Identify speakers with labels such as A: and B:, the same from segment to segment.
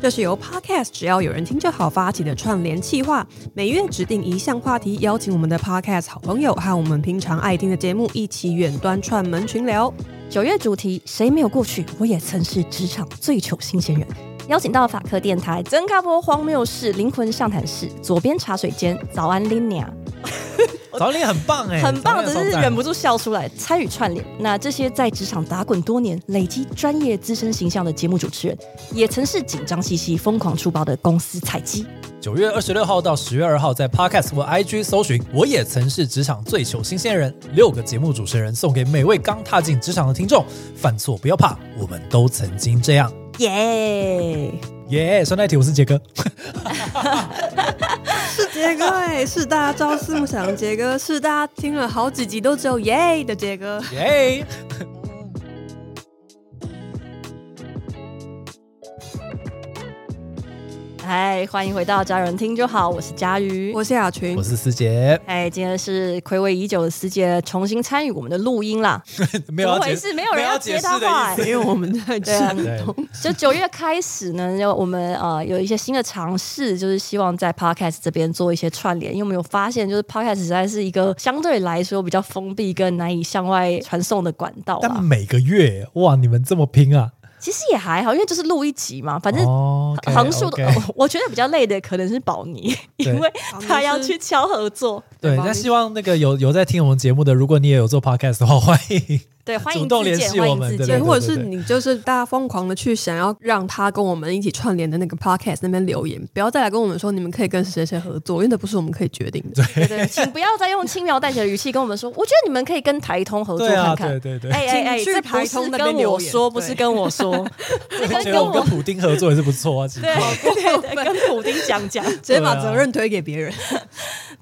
A: 这是由 Podcast 只要有人听就好发起的串联企划，每月指定一项话题，邀请我们的 Podcast 好朋友和我们平常爱听的节目一起远端串门群聊。
B: 九月主题：谁没有过去？我也曾是职场最糗新鲜人。邀请到法科电台、曾卡波荒谬事、灵魂上谈室、左边茶水间、早安 Lina，
C: 早恋很棒哎、
B: 很棒，
C: 早
B: 只
C: 恋
B: 是
C: 超赞
B: 忍不住笑出来。参与串联，那这些在职场打滚多年、累积专业资深形象的节目主持人，也曾是紧张兮兮、疯狂出包的公司菜鸡。
C: 九月二十六号到十月二号，在 Podcast 或 IG 搜寻“我也曾是职场最糗新鲜人”，六个节目主持人送给每位刚踏进职场的听众。犯错不要怕，我们都曾经这样。
B: 耶、
C: 耶、酸奶体，我是杰哥。
A: 杰哥、哎，是大家朝思暮想的杰哥，是大家听了好几集都只有耶的杰哥。
C: 耶、
B: 哎，欢迎回到家人听就好，我是佳瑜，
A: 我是雅群
C: 我，是思杰。
B: 哎，今天是暌违已久的师姐重新参与我们的录音啦，
C: 没有要
B: 怎么
C: 解
B: 回
C: 释，
B: 事没有人要
C: 解
B: 接
C: 释
B: 他
C: 的
B: 话
C: 意思。
A: 因为我们在吃
B: 对啊
C: 对，
B: 就九月开始呢，就我们呃有一些新的尝试，就是希望在 podcast 这边做一些串联，因为我们有发现，就是 podcast 实在是一个相对来说比较封闭跟难以向外传送的管道
C: 但
B: 啦。
C: 每个月哇，你们这么 拼啊！
B: 其实也还好，因为就是录一集嘛，反正。
C: 哦，OK，
B: 横竖的
C: OK
B: 我觉得比较累的可能是宝妮，
C: 对
B: 因为他要去敲合作。
C: 对，
A: 帮
C: 那
A: 你
C: 希望那个有有在听我们节目的，如果你也有做 podcast 的话，欢迎。
B: 对，欢
C: 主
B: 迎
C: 动
B: 自
C: 联
B: 荐，
C: 系
B: 欢
C: 我
B: 迎
C: 们
B: 自
C: 对
B: 荐
A: 对，。
C: 对
A: 或者是
C: 对对
A: 你就是大家疯狂的去想要让他跟我们一起串联的那个 podcast 那边留言，不要再来跟我们说你们可以跟谁谁合作，因为那不是我们可以决定的。
B: 对对，请不要再用轻描淡写的语气跟我们说，我觉得你们可以跟台通合作
C: 对啊，
B: 看看。
C: 对对对。
B: 哎哎哎，
A: 请去
B: 这不
A: 台
B: 是
A: 通那
B: 跟
A: 边留
B: 我
A: 言
B: 说，不是
A: 对
B: 跟我说，这
C: 而
B: 跟
C: 且
B: 跟
C: 我们
B: 我
C: 跟普丁合作也是不错啊，其实
B: 哦对对对， 跟普丁讲讲。
A: 直接把责任推给别人，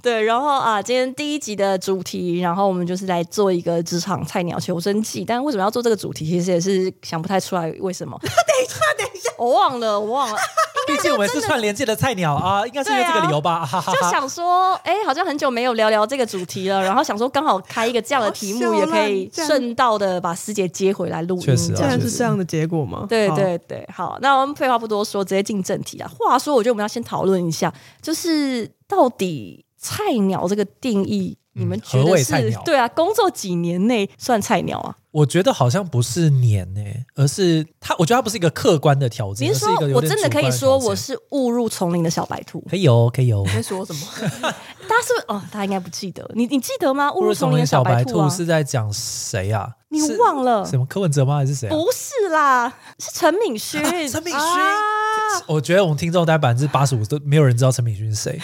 B: 对，然后啊，今天第一集的主题，然后我们就是来做一个职场菜鸟求生记。但为什么要做这个主题，其实也是想不太出来为什么。 等一下，等一下，我忘了，我 忘了。
C: 毕竟我们是串联界的菜鸟啊，应该是因为这个理由吧，哈哈
B: 就
C: 哈。
B: 想说，哎、好像很久没有聊聊这个主题了，然后想说刚好开一个这样的题目，
A: 好笑
B: 也
A: 烂
B: 可以
A: 这样
B: 顺道的把师姐接回来录音，
C: 确实啊
B: 这样
C: 确
B: 子
C: 实。
A: 样的结果吗
B: 对，对对，好，那我们废话不多说，直接进正题啊。话说，我觉得我们要先讨论一下，就是到底菜鸟这个定义，
C: 嗯
B: 你们觉
C: 何
B: 得
C: 谓菜
B: 是
C: 鸟
B: 对啊？工作几年内算菜鸟啊？
C: 我觉得好像不是年呢、而是它，我觉得它不是一个客观的条件，
B: 您
C: 而
B: 说
C: 是一个有
B: 我
C: 点
B: 真的
C: 主
B: 可以
C: 观
B: 说
C: 条件
B: 我是误入丛林的小白兔？
C: 可以哦，可以哦。
A: 你在说什么？
B: 大家是不是哦？大家应该不记得，你你记得吗？误
C: 不
B: 入
C: 是
B: 丛林的
C: 丛林小白
B: 白啊
C: 兔，是在讲谁啊？
B: 你
C: 是
B: 忘了？
C: 什么柯文哲吗？还是谁啊、
B: 不是啦，是陈敏 勋。
C: 啊陈敏勋
B: 啊
C: 我觉得我们听众大概百分之八十五都没有人知道陈敏勋是 谁。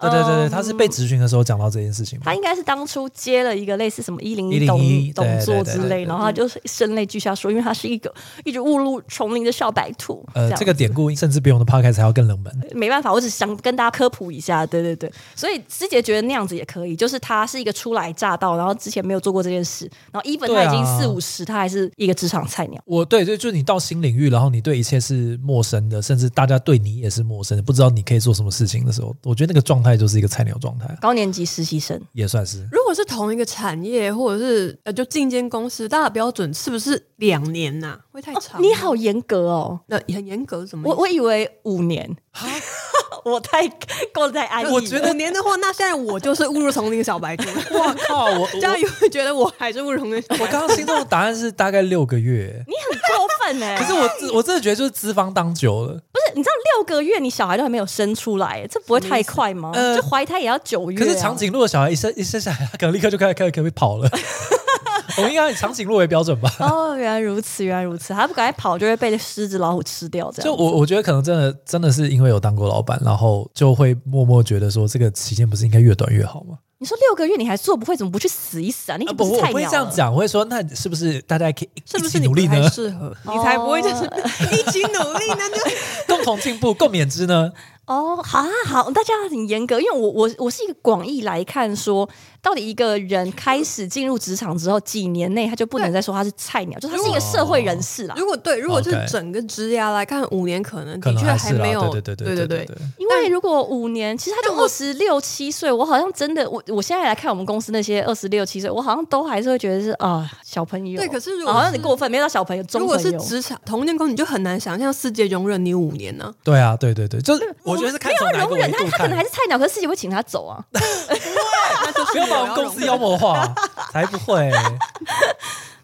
C: 对对对对，他是被质询的时候讲到这件事情
B: 嗯
C: 吗。
B: 他应该是当初接了一个类似什么一零
C: 101
B: 董
C: 对
B: 董座
C: 对对
B: 之
C: 对
B: 类，然后他就是声泪俱下说，因为他是一个一直误入丛林的小白兔。
C: 呃，
B: 样
C: 这个典故甚至比我们的 podcast 还要更冷门。
B: 没办法，我只想跟大家科普一下。对对对，所以师姐觉得那样子也可以，就是他是一个初来乍到，然后之前没有做过这件事，然后 even
C: 对
B: 他
C: 啊
B: 已经四五十，他还是一个职场菜鸟。
C: 我对，就就是你到新领域，然后你对一切是陌生的，甚至大家对你也是陌生的，不知道你可以做什么事情的时候，我觉得那个状态就是一个菜鸟状态，
B: 高年级实习生，
C: 也算是。
A: 如果是同一个产业，或者是呃，就进间公司，大家的标准是不是两年呐、会
C: 啊
A: 太长、
B: 你好，严格哦，
A: 那很严格，怎么意
B: 我
A: 思？
B: 我以为五年， 我太够太安逸了。
C: 我觉得
A: 五年的话，那现在我就是误入丛林的小 白兔。
C: 哇靠！我
A: 佳
C: 我
A: 宇会觉得我还是误入丛林 小白
C: 我刚刚心中的答案是大概六个月，
B: 你很过分哎、
C: 可是我自我真的觉得就是资方当久了，
B: 不是，你知道六个月你小孩都还没有生出来，这不会太快吗？
C: 呃
B: 就怀胎也要九月、啊。
C: 可是长颈鹿的小孩一生一生下来，他可能立刻就开始开始可以跑了。 我们应该以长颈鹿为标准吧？
B: 哦，原来如此，原来如此，还不赶快跑就会被狮子、老虎吃掉，这样。
C: 就我我觉得可能真的真的是因为有当过老板，然后就会默默觉得说这个期间不是应该越短越好吗？
B: 你说六个月你还做不会，怎么不去死一死啊？你已
C: 啊
B: 经
C: 不，
B: 是
C: 我
B: 菜
C: 不会
B: 鸟
C: 这样
B: 了。
C: 讲，我会说那是不是大家可以一
A: 是不
C: 一
A: 是
C: 起
A: 你
C: 努力
A: 不太
C: 呢？
A: 适合？
B: 哦
A: 你才不会就是一起努力呢？就
C: 共同进步，共勉之呢？
B: 哦，好啊，好，大家很严格，因为我我我是一个广义来看说，到底一个人开始进入职场之后几年内，他就不能再说他是菜鸟，就他是一个社会人士啦。
A: 如果对，如果是
C: OK
A: 整个职涯来看，五年可能
C: 可
A: 的
C: 能
A: 确
C: 还是啦
A: 没有，
C: 对对
A: 对
C: 对
A: 对
C: 对，
B: 因为如果五年，其实他就
A: 但我
B: 二十六七岁，我好像真的，我我现在来看我们公司那些二十六七岁，我好像都还是会觉得是啊小朋友。
A: 对可是如果
B: 啊好像
A: 是
B: 你过分，没有到小朋友，中
A: 如
B: 朋
A: 果
B: 友。
A: 是职场同间工，你就很难想象世界容忍你五年呢、
C: 对啊，对对对，就是我觉得是看从
B: 没有
C: 哪个
B: 容
C: 维
B: 忍他，
C: 度
B: 他可
C: 看
B: 能还，是菜鸟，可是自己会请他 走啊。
C: 不要把我们公司妖魔化，才不会。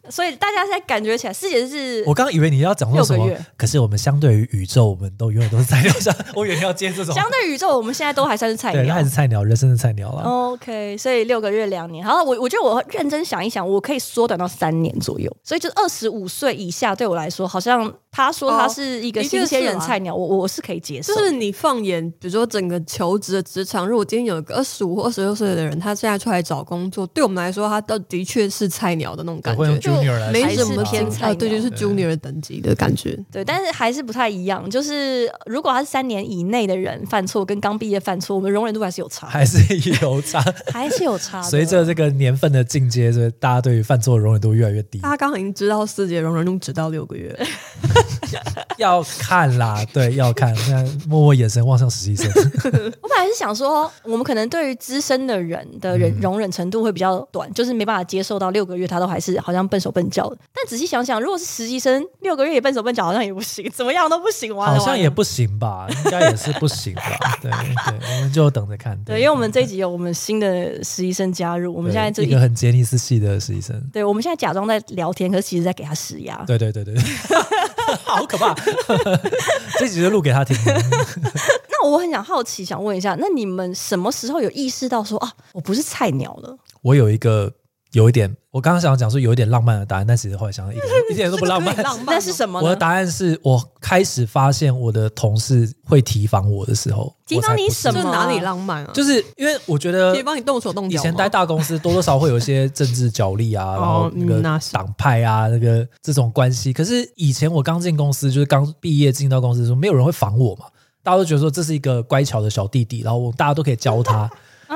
B: 所以大家现在感觉起来，师姐是
C: 我刚刚以为你要讲说什么
B: 六个月，
C: 可是我们相对于宇宙，我们都永远都是菜鸟。我以为你要接这种，
B: 相对宇宙，我们现在都还算是菜
C: 对，那
B: 鸟哦
C: 还。是菜鸟，人生的菜鸟了。
B: OK，所以六个月两年，好了，我我觉得我认真想一想，我可以缩短到三年左右。所以就是二十五岁以下，对我来说，好像他说他是一个
A: 哦的确是
B: 新
A: 啊
B: 鲜人菜鸟，我我是可以接受
A: 就
B: 的。
A: 是你放眼，比如说整个求职的职场，如果今天有一个二十五或二十六岁的人，他现在出来找工作，对我们来说，他到的确是菜鸟的那种感
C: 我会
A: 觉
C: 用，junior 来
A: 没什
B: 呃还
A: 么
B: 哦是偏
A: 经
B: 菜鸟
A: 啊对，就是
C: 对
A: junior 等级的感觉。
B: 对，但是还是不太一样。就是如果他是三年以内的人犯错，跟刚毕业犯错，我们容忍度还是有差，
C: 还是有差。
B: 还是有差的。
C: 随着这个年份的进阶，所以大家对于犯错的容忍度越来越低
A: 大。家刚好已经知道世界容忍度只到六个月，
C: 要看啦，对，要看。现在默默眼神望向实习生，
B: 我本来是想说，我们可能对于资深的人的忍
C: 嗯
B: 容忍程度会比较短，就是没办法接受到六个月，他都还是好像笨手笨脚的。但仔细想想，如果是实习生，六个月也笨手笨脚，好像也不行，怎么样都不行。完了
C: 好像也
B: 完了
C: 不行吧？应该也是不行 吧？对对，我们就等着看。
B: 对，因为我们这一集有我们新的实习生加入，我
C: 我
B: 们现在这
C: 一
B: 一
C: 个很杰尼斯系的实习生。
B: 对，我们现在假装在聊天，可是其实在给他施压。
C: 对对对 对，好可怕！ 这集就录给他听。
B: 那我很想好奇，想问一下，那你们什么时候有意识到说啊，我不是菜鸟了？
C: 我有一个有一点，我刚刚想要讲说有一点浪漫的答案，但其实后来想 想一点一点都不浪漫
A: 这个可以。浪漫哦
B: 那是什么呢？
C: 我的答案是我开始发现我的同事会提防我的时候，
B: 提防
C: 我才不
B: 你
C: 是
B: 什
A: 这
B: 么
A: 哪里浪漫啊？
C: 就是因为我觉得
A: 可以帮你动手动
C: 以
A: 脚吗。
C: 前待大公司，多多少少会有一些政治角力啊，然后那
A: 嗯
C: 个
A: 那是
C: 党派啊，那个这种关系。可是以前我刚进公司，就是刚毕业进到公司的时候，没有人会防我嘛，大家都觉得说这是一个乖巧的小弟弟，然后我大家都可以 教他。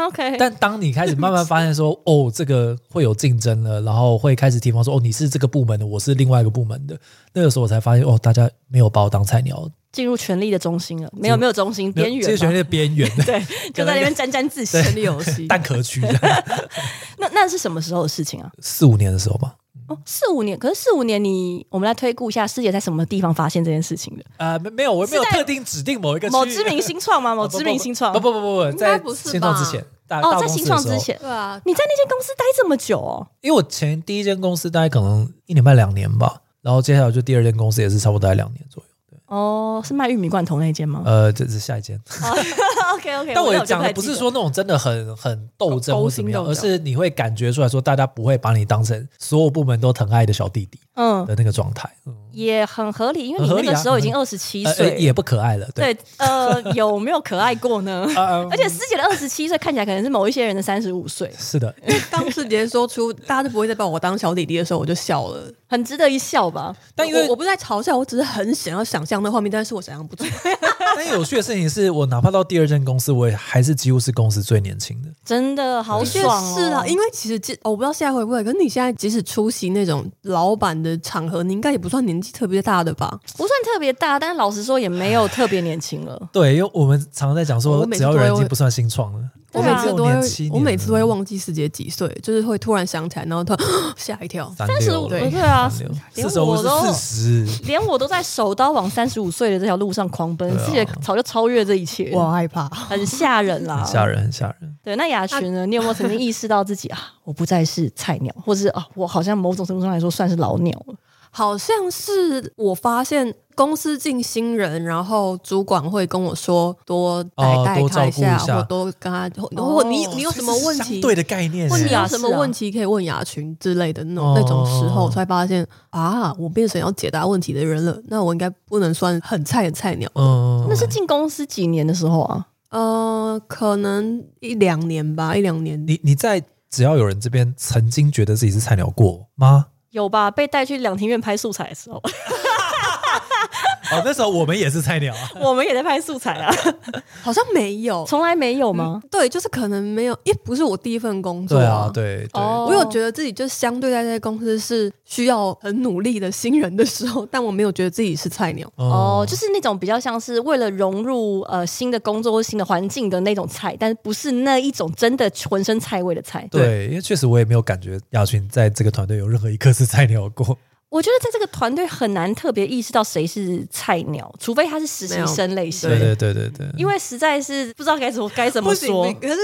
B: OK，
C: 但当你开始慢慢发现说，哦，这个会有竞争了，然后会开始提防说，哦，你是这个部门的，我是另外一个部门的。那个时候我才发现，哦，大家没有把我当菜鸟，
B: 进入权力的中心了，没有没有中心边缘吧，
C: 这些的边缘，
B: 对，就在那边沾沾自喜。
A: 权力游 戏，
C: 蛋壳区，
B: 那那是什么时候的事情啊？
C: 四五年的时候吧。
B: 哦，四五年，可是四五年你，我们来推估一下，师姐在什么地方发现这件事情的？
C: 呃，没没有，我没有
B: 是在
C: 特定指定某一个
B: 某
C: 区域
B: 知名新创吗？
C: 啊
B: 某
C: 不
B: 知
C: 不
B: 名
C: 不
B: 新创？
C: 不不不不，在
A: 该不是
C: 新创之
A: 吧
C: 前，大大
B: 哦，在
C: 公司
B: 新
C: 的
B: 创
C: 时
B: 之
C: 候，
B: 前，
A: 对啊，
B: 你在那间公司待这么久哦？
C: 因为我前第一间公司大概可能一年半两年吧，然后接下来就第二间公司也是差不多大概两年左右，
B: 哦，是卖玉米罐头那间 吗
C: 呃，这是下一间。
B: 哎？OK OK，
C: 但我
B: 有
C: 讲的不是说那种真的很很斗争或
A: 勾
C: 怎么
A: 心
C: 样，
A: 斗
C: 而
A: 角
C: 是你会感觉出来说，大家不会把你当成所有部门都疼爱的小弟弟
B: 嗯，
C: 的那个状态，嗯
B: 也很合理，因为
C: 很
B: 你
C: 合
B: 那
C: 理啊
B: 个时候已经
C: 很
B: 二十七
C: 呃呃
B: 岁
C: 也
B: 了，
C: 不可爱了，对，
B: 对，呃，有没有可爱过 呢？
C: 呃
B: 而且师姐的二十七岁看起来可能是某一些人的三十五岁，
C: 是的，
A: 当世杰说出大家都不会再把我当小弟弟的时候，我就笑了。
B: 很值得一笑吧？
C: 但因为
A: 我我不是在嘲笑，我只是很想要想象那画面，但是我想象不出来。
C: 但有趣的事情是我哪怕到第二间公司，我也还是几乎是公司最年轻的。
B: 真的好
A: 确
B: 爽哦！
A: 实是啊，因为其实即、哦我不知道现在会不会，可是你现在即使出席那种老板的场合，你应该也不算年纪特别大的吧？
B: 不算特别大，但是老实说也没有特别年轻了。
C: 对，因为我们常常在讲
A: 哦
C: 说
A: 我，每次
C: 只要
A: 都会
C: 人已经
A: 问
C: 不算新创了，
B: 对
A: 我
B: 啊
A: 每次都
C: 六年七
A: 会，我
C: 年
A: 每次都会
C: 了
A: 忘记世杰几岁，就是会突然想起来，然后突然吓一跳。
C: 三六
B: 35
C: 了
B: 对啊
C: 三六
B: 连
C: 四十五
B: 我都
C: 是四十，
B: 连我都在手刀往三十五岁的这条路上狂奔，
C: 对啊
B: 自己、早就超越这一切，
A: 我害怕，
B: 很吓人啦
C: 很。 吓人，很吓人。
B: 对，那雅群
A: 啊
B: 呢？你有没有曾经意识到自己啊，我不再是菜鸟，或是啊，我好像某种程度上来说算是老鸟了？
A: 好像是我发现公司进新人，然后主管会跟我说多
C: 哦
A: 带带
C: 多
A: 他
C: 照顾一下
A: 或多跟他，或或你你有什么问题？
C: 对的概念欸
A: 或
B: 是
A: 你
B: 啊
A: 有什么问题可以问雅群之类的那种、
C: 哦
A: 那种时候，才发现啊，我变成要解答问题的人了。那我应该不能算很菜很菜鸟。
C: 嗯，
B: 那是进公司几年的时候啊？
A: 呃，可能一两年吧，一两年。
C: 你你在只要有人这边曾经觉得自己是菜鸟过吗？
B: 有吧？被带去两庭院拍素材的时候，
C: 哦，那时候我们也是菜鸟啊，
B: 我们也在拍素材啊，
A: 好像没有，
B: 从来没有吗？
A: 对，就是可能没有，也不是我第一份工作
C: 对啊，。对对，
B: 哦
A: 我有觉得自己就相对在这些公司是需要很努力的新人的时候，但 我没有觉得自己是菜鸟。
C: 嗯
B: 哦，就是那种比较像是为了融入呃新的工作或新的环境的那种菜，但是不是那一种真的浑身菜味的菜。
C: 对，因为确实我也没有感觉亚群在这个团队有任何一刻是菜鸟过。
B: 我觉得在这个团队很难特别意识到谁是菜鸟，除非他是实习生类型
C: 对，对对对对，
B: 因为实在是不知道该怎么该怎
A: 不
B: 么
A: 行，
B: 说
A: 你。可是、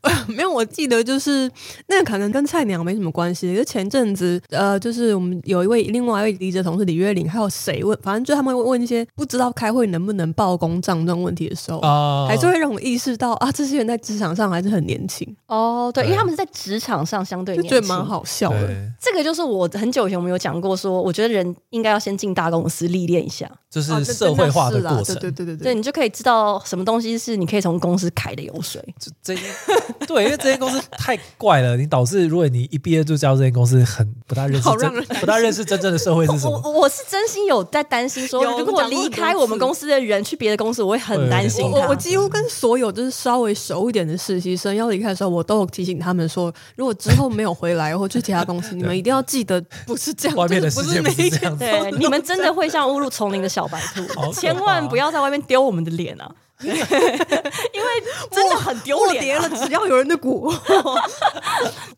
A: 呃没有，我记得就是那个可能跟菜鸟没什么关系。可是前阵子，呃，就是我们有一位另外一位离职的同事李月玲，还有谁问，反正就他们会问一些不知道开会能不能报公账这种问题的时候，
C: 啊
A: 还是会让我意识到啊，这些人在职场上还是很年轻，
B: 哦，对，
C: 对
B: 因为他们是在职场上相对
A: 就
B: 年
A: 觉得
B: 轻
A: 蛮。好笑的。
C: 对，
B: 这个就是我很久以前我们有讲过说我觉得人应该要先进大公司历练一下，
A: 哦
C: 就是社会化的过程。
A: 啊对对对
B: 对
A: 对对，
B: 你就可以知道什么东西是你可以从公司揩的油水。
C: 这这些对，因为这间公司太怪了，你导致如果你一毕业就加入这间公司，很不大认识
A: 好让
C: 真
A: 人担
C: 不大认识真正的社会是什
B: 我
C: 么。
B: 哦我我是真心有在担心说，
A: 有
B: 如果
A: 讲过
B: 离
A: 很多
B: 开我们
A: 次
B: 公司的人去别的公司，我会很
C: 对
B: 担心
A: 我
B: 他。
A: 我我几乎跟所有就是稍微熟一点的实习生要离开的时候，我都有提醒他们说，如果之后没有回来或去其他公 司，你们一定要记得不是这样，
C: 外面的
A: 就是
C: 世界不
A: 不
C: 是
A: 是
C: 这样子
B: 对，你们真的会像误入丛林的小白
C: 好可怕
B: 兔，千万不要在外面丢我们的脸 啊！因为真的很丢
A: 我
B: 脸
A: 叠
B: 啊、
A: 了只要有人的骨。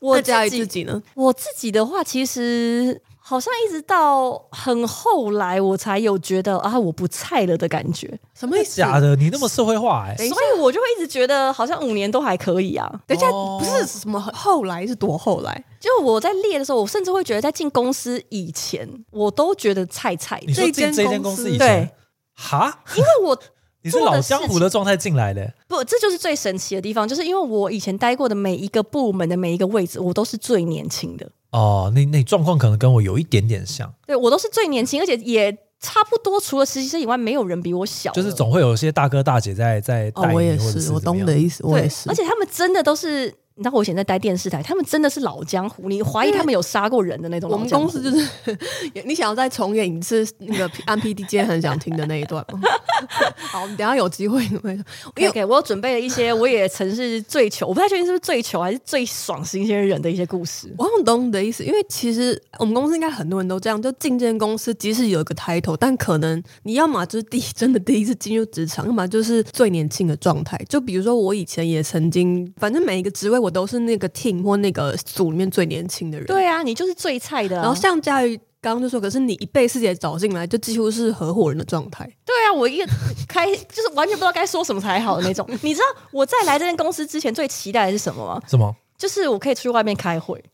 B: 我
A: 那嘉怡
B: 自
A: 自
B: 己，
A: 己呢？
B: 我自己的话，其实好像一直到很后来，我才有觉得啊，我不菜了的感觉，
A: 什么意思？
C: 假的，你那么啊社会化哎、
B: 所以我就会一直觉得好像五年都还可以啊。
A: 等一下，
C: 哦
A: 不是什么后来是多后来？
B: 就我在列的时候，我甚至会觉得在进公司以前，我都觉得菜菜
C: 你
B: 的，
C: 说
A: 这
C: 进
A: 间
C: 这间公
A: 公
C: 司
A: 司
C: 以前
B: 对，
C: 哈，
B: 因为我
C: 你是老江湖的状态进来的，
B: 不， 这就是最神奇的地方，就是因为我以前待过的每一个部门的每一个位置，我都是最年轻的，
C: 哦，那那状况可能跟我有一点点像，
B: 对我都是最年轻，而且也差不多，除了实习生以外，没有人比我小了，
C: 就是总会有一些大哥大姐在在带你，
A: 哦我也
C: 或者
A: 是，
C: 是
A: 我
C: 怎么
A: 懂
C: 样
A: 你的意思，我
B: 对
A: 也，是
B: 而。且他们真的都是。你知道我以前在待电视台，他们真的是老江湖，你 怀疑他们有杀过人的那种
A: 我
B: 老江
A: 们公
B: 湖。
A: 司就是 你想要再重演一次那个安 P D 今天很想听的那一段吗？ 好，我们等一下有机会你会说，因为
B: OK，我有准备了一些，我也曾是最糗，我不太确定是不是最糗还是最爽新鲜人的一些故事。
A: 我很懂你的意思，因为其实我们公司应该很多人都这样，就进这间公司，即使有一个 title，但可能你要么就是第一真的第一次进入职场，要么就是最年轻的状态。就比如说我以前也曾经，反正每一个职位我都是那个 team 或那个组里面最年轻的人。
B: 对啊，你就是最菜的啊、
A: 然后像佳瑜刚刚就说，可是你一被师姐找进来，就几乎是合伙人的状态。
B: 对啊，我一个 开就是完全不知道该说什么才好的那 种。你知道我在来这间公司之前最期待的是什么吗？
C: 什么？
B: 就是我可以出去外面开会，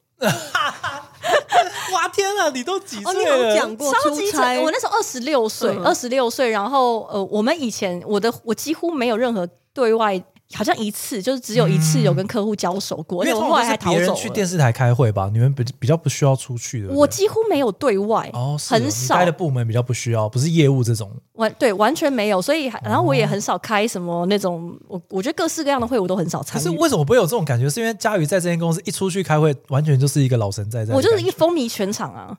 C: 哇天啊，你都几
A: 哦，你有讲过
B: 超
A: 出
B: 级
A: 差
B: 蠢。我那时候二十六岁，
A: 嗯
B: 二十六岁，然后呃，我们以前我的我几乎没有任何对外，好像一次就是只有一次有跟客户交手过，而
C: 嗯
B: 且
C: 因为
B: 我
C: 通
B: 后来还
C: 常都是
B: 逃
C: 别人
B: 走
C: 去
B: 了。
C: 电视台开会吧，你们比比较不需要出去的。对不对
B: 我几乎没有对外，
C: 哦，是哦
B: 很
C: 你
B: 少
C: 待的部门比较不需要，不是业务这种。
B: 完对完全没有，所以还然后我
C: 哦
B: 也很少开什么那种，我我觉得各式各样的会我都很少
C: 可
B: 参
C: 是
B: 与。
C: 为什么不会有这种感觉？是因为佳宇在这间公司一出去开会，完全就是一个老神在在的感觉。
B: 我就是一风靡全场啊！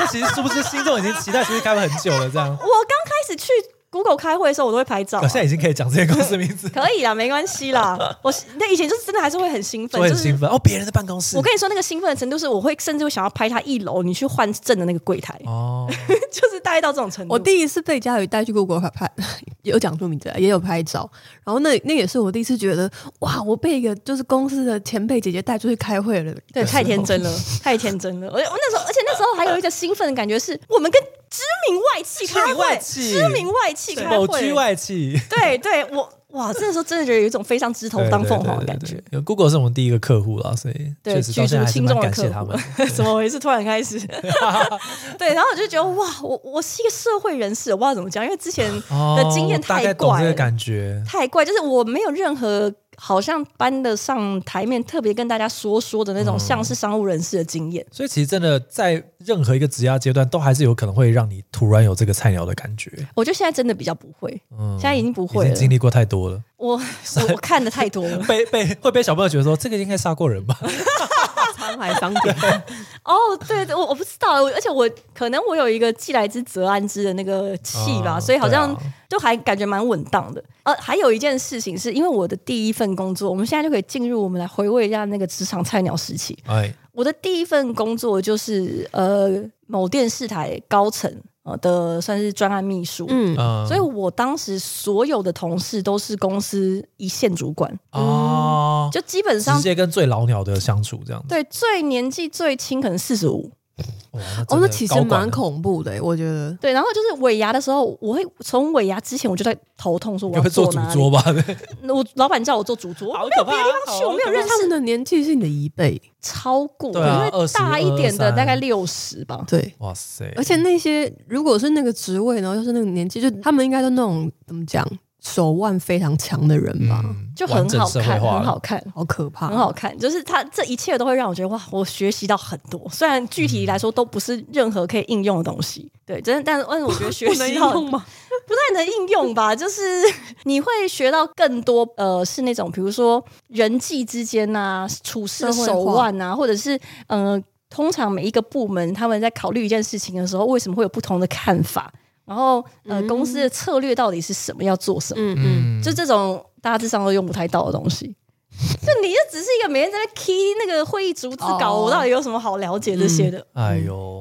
C: 这其实是不是心中已经期待出去开会很久了？这样，
B: 我刚开始去 Google 开会的时候，我都会拍照、啊
C: 好像已经可以讲这间公司名字，
B: 可以啦，没关系啦。我那以前就是真的还是会很兴
C: 就
B: 奋，
C: 会
B: 就
C: 很
B: 是
C: 兴奋哦。别人的办公室
B: 我，跟你说那个兴奋的程度是，我会甚至会想要拍他一楼，你去换证的那个柜 台，
C: 哦，
B: 就是大概到这种程度。
A: 我第一次被佳宇带去 Google 拍 拍，有讲出名字来，也有拍照。然后那那也是我第一次觉得，哇，我被一个就是公司的前辈姐姐带出去开会了。
B: 对太天 真了，太天真了。而且我那时候，而且那时候还有一个兴奋的感觉是，我们跟知名外企开
C: 知名外
B: 会，
C: 企
B: 知名外企开
C: 某居
B: 会，
C: 外企，
B: 对对，我哇，这时候真的觉得有一种飞上枝头当凤凰的感
C: 对。对
B: 觉
C: 对。对 Google 是我们第一个客户啦，所以
B: 对，
C: 确实
B: 举
C: 到现
B: 足
C: 在还是
B: 轻重的
C: 蛮感
B: 客
C: 谢他
B: 户
C: 们。，
B: 怎么回事？突然开 始，对，然后我就觉得哇，我我是一个社会人士，我不知道怎么讲，因为之前
C: 哦
B: 的经验
C: 大概
B: 太
C: 懂
B: 怪
C: 这
B: 了，
C: 个感觉。
B: 太怪，就是我没有任何好像搬得上台面，特别跟大家说说的那
C: 嗯
B: 种，像是商务人士的经验。
C: 所以其实真的在任何一个职业阶段，都还是有可能会让你突然有这个菜鸟的感觉。
B: 我觉得现在真的比较不会，
C: 嗯，
B: 现在已经不会
C: 已
B: 了
C: 经。经历过太多了。。
B: 我我我看的太多了
C: 被被会被小朋友觉得说这个应该杀过人吧？
A: 沧海桑田，
B: 哦，对，我我不知道，我而且我可能我有一个既来之则安之的那个气吧，
C: 哦
B: 所以好像
C: 对啊
B: 就还感觉蛮稳当的。呃，还有一件事情是因为我的第一份工作，我们现在就可以进入我们来回味一下那个职场菜鸟时期。
C: 哎，
B: 我的第一份工作就是呃某电视台高层呃的算是专案秘书，
A: 嗯，
C: 嗯，
B: 所以我当时所有的同事都是公司一线主管，
C: 哦，
B: 就基本上
C: 直接跟最老鸟的相处这样子。
B: 对最年纪最轻可能四十五，
C: 哇
A: 哦，
C: 真
A: 那
C: 的
A: 其
C: 高
A: 实
C: 管啊
A: 蛮
C: 了
A: 恐怖的欸，我觉得。
B: 对，然后就是尾牙的时候，我会从尾牙之前我就在头痛，说我
C: 该
B: 要
C: 会做主
B: 啊哪里。
C: 桌吧？
B: 我老板叫我做主桌，我
C: 好
B: 没有
C: 可怕
B: 别
C: 啊
B: 的地方去，
C: 好
B: 我没有
A: 因
B: 认
A: 为他
B: 识
A: 们的年纪是你的一倍，
B: 超过，
C: 对啊
B: 因为
C: 20
B: 大一点的
C: 23
B: 大概六十吧。
A: 对。
C: 哇塞！
A: 而且那些如果是那个职位，然后又是那个年纪，就他们应该都那种怎么讲，手腕非常强的人吧，
C: 嗯
B: 就很好看，很，
C: 完整社会化
B: 好
C: 了
B: 看，
A: 好可怕，
B: 很好看。就是他这一切都会让我觉得哇，我学习到很多。虽然具体
C: 嗯
B: 来说都不是任何可以应用的东西，对，真的，但是但是我 觉得学
A: 不能
B: 习到
A: 用吗？
B: 不太能应用吧， 就是你会学到更多，呃，是那种比如说人际之间呐、处事的手腕呐、或者是呃，通常每一个部门他们在考虑一件事情的时候，为什么会有不同的看法？然后呃，
A: 嗯
B: 公司的策略到底是什么？要做什么？
A: 嗯嗯，
C: 嗯，
B: 就这种大致上都用不太到的 东西。就你就只是一个每天在那 key 那个会议逐字稿，
A: 哦
B: 我到底有什么好了解这些的？
C: 哎呦，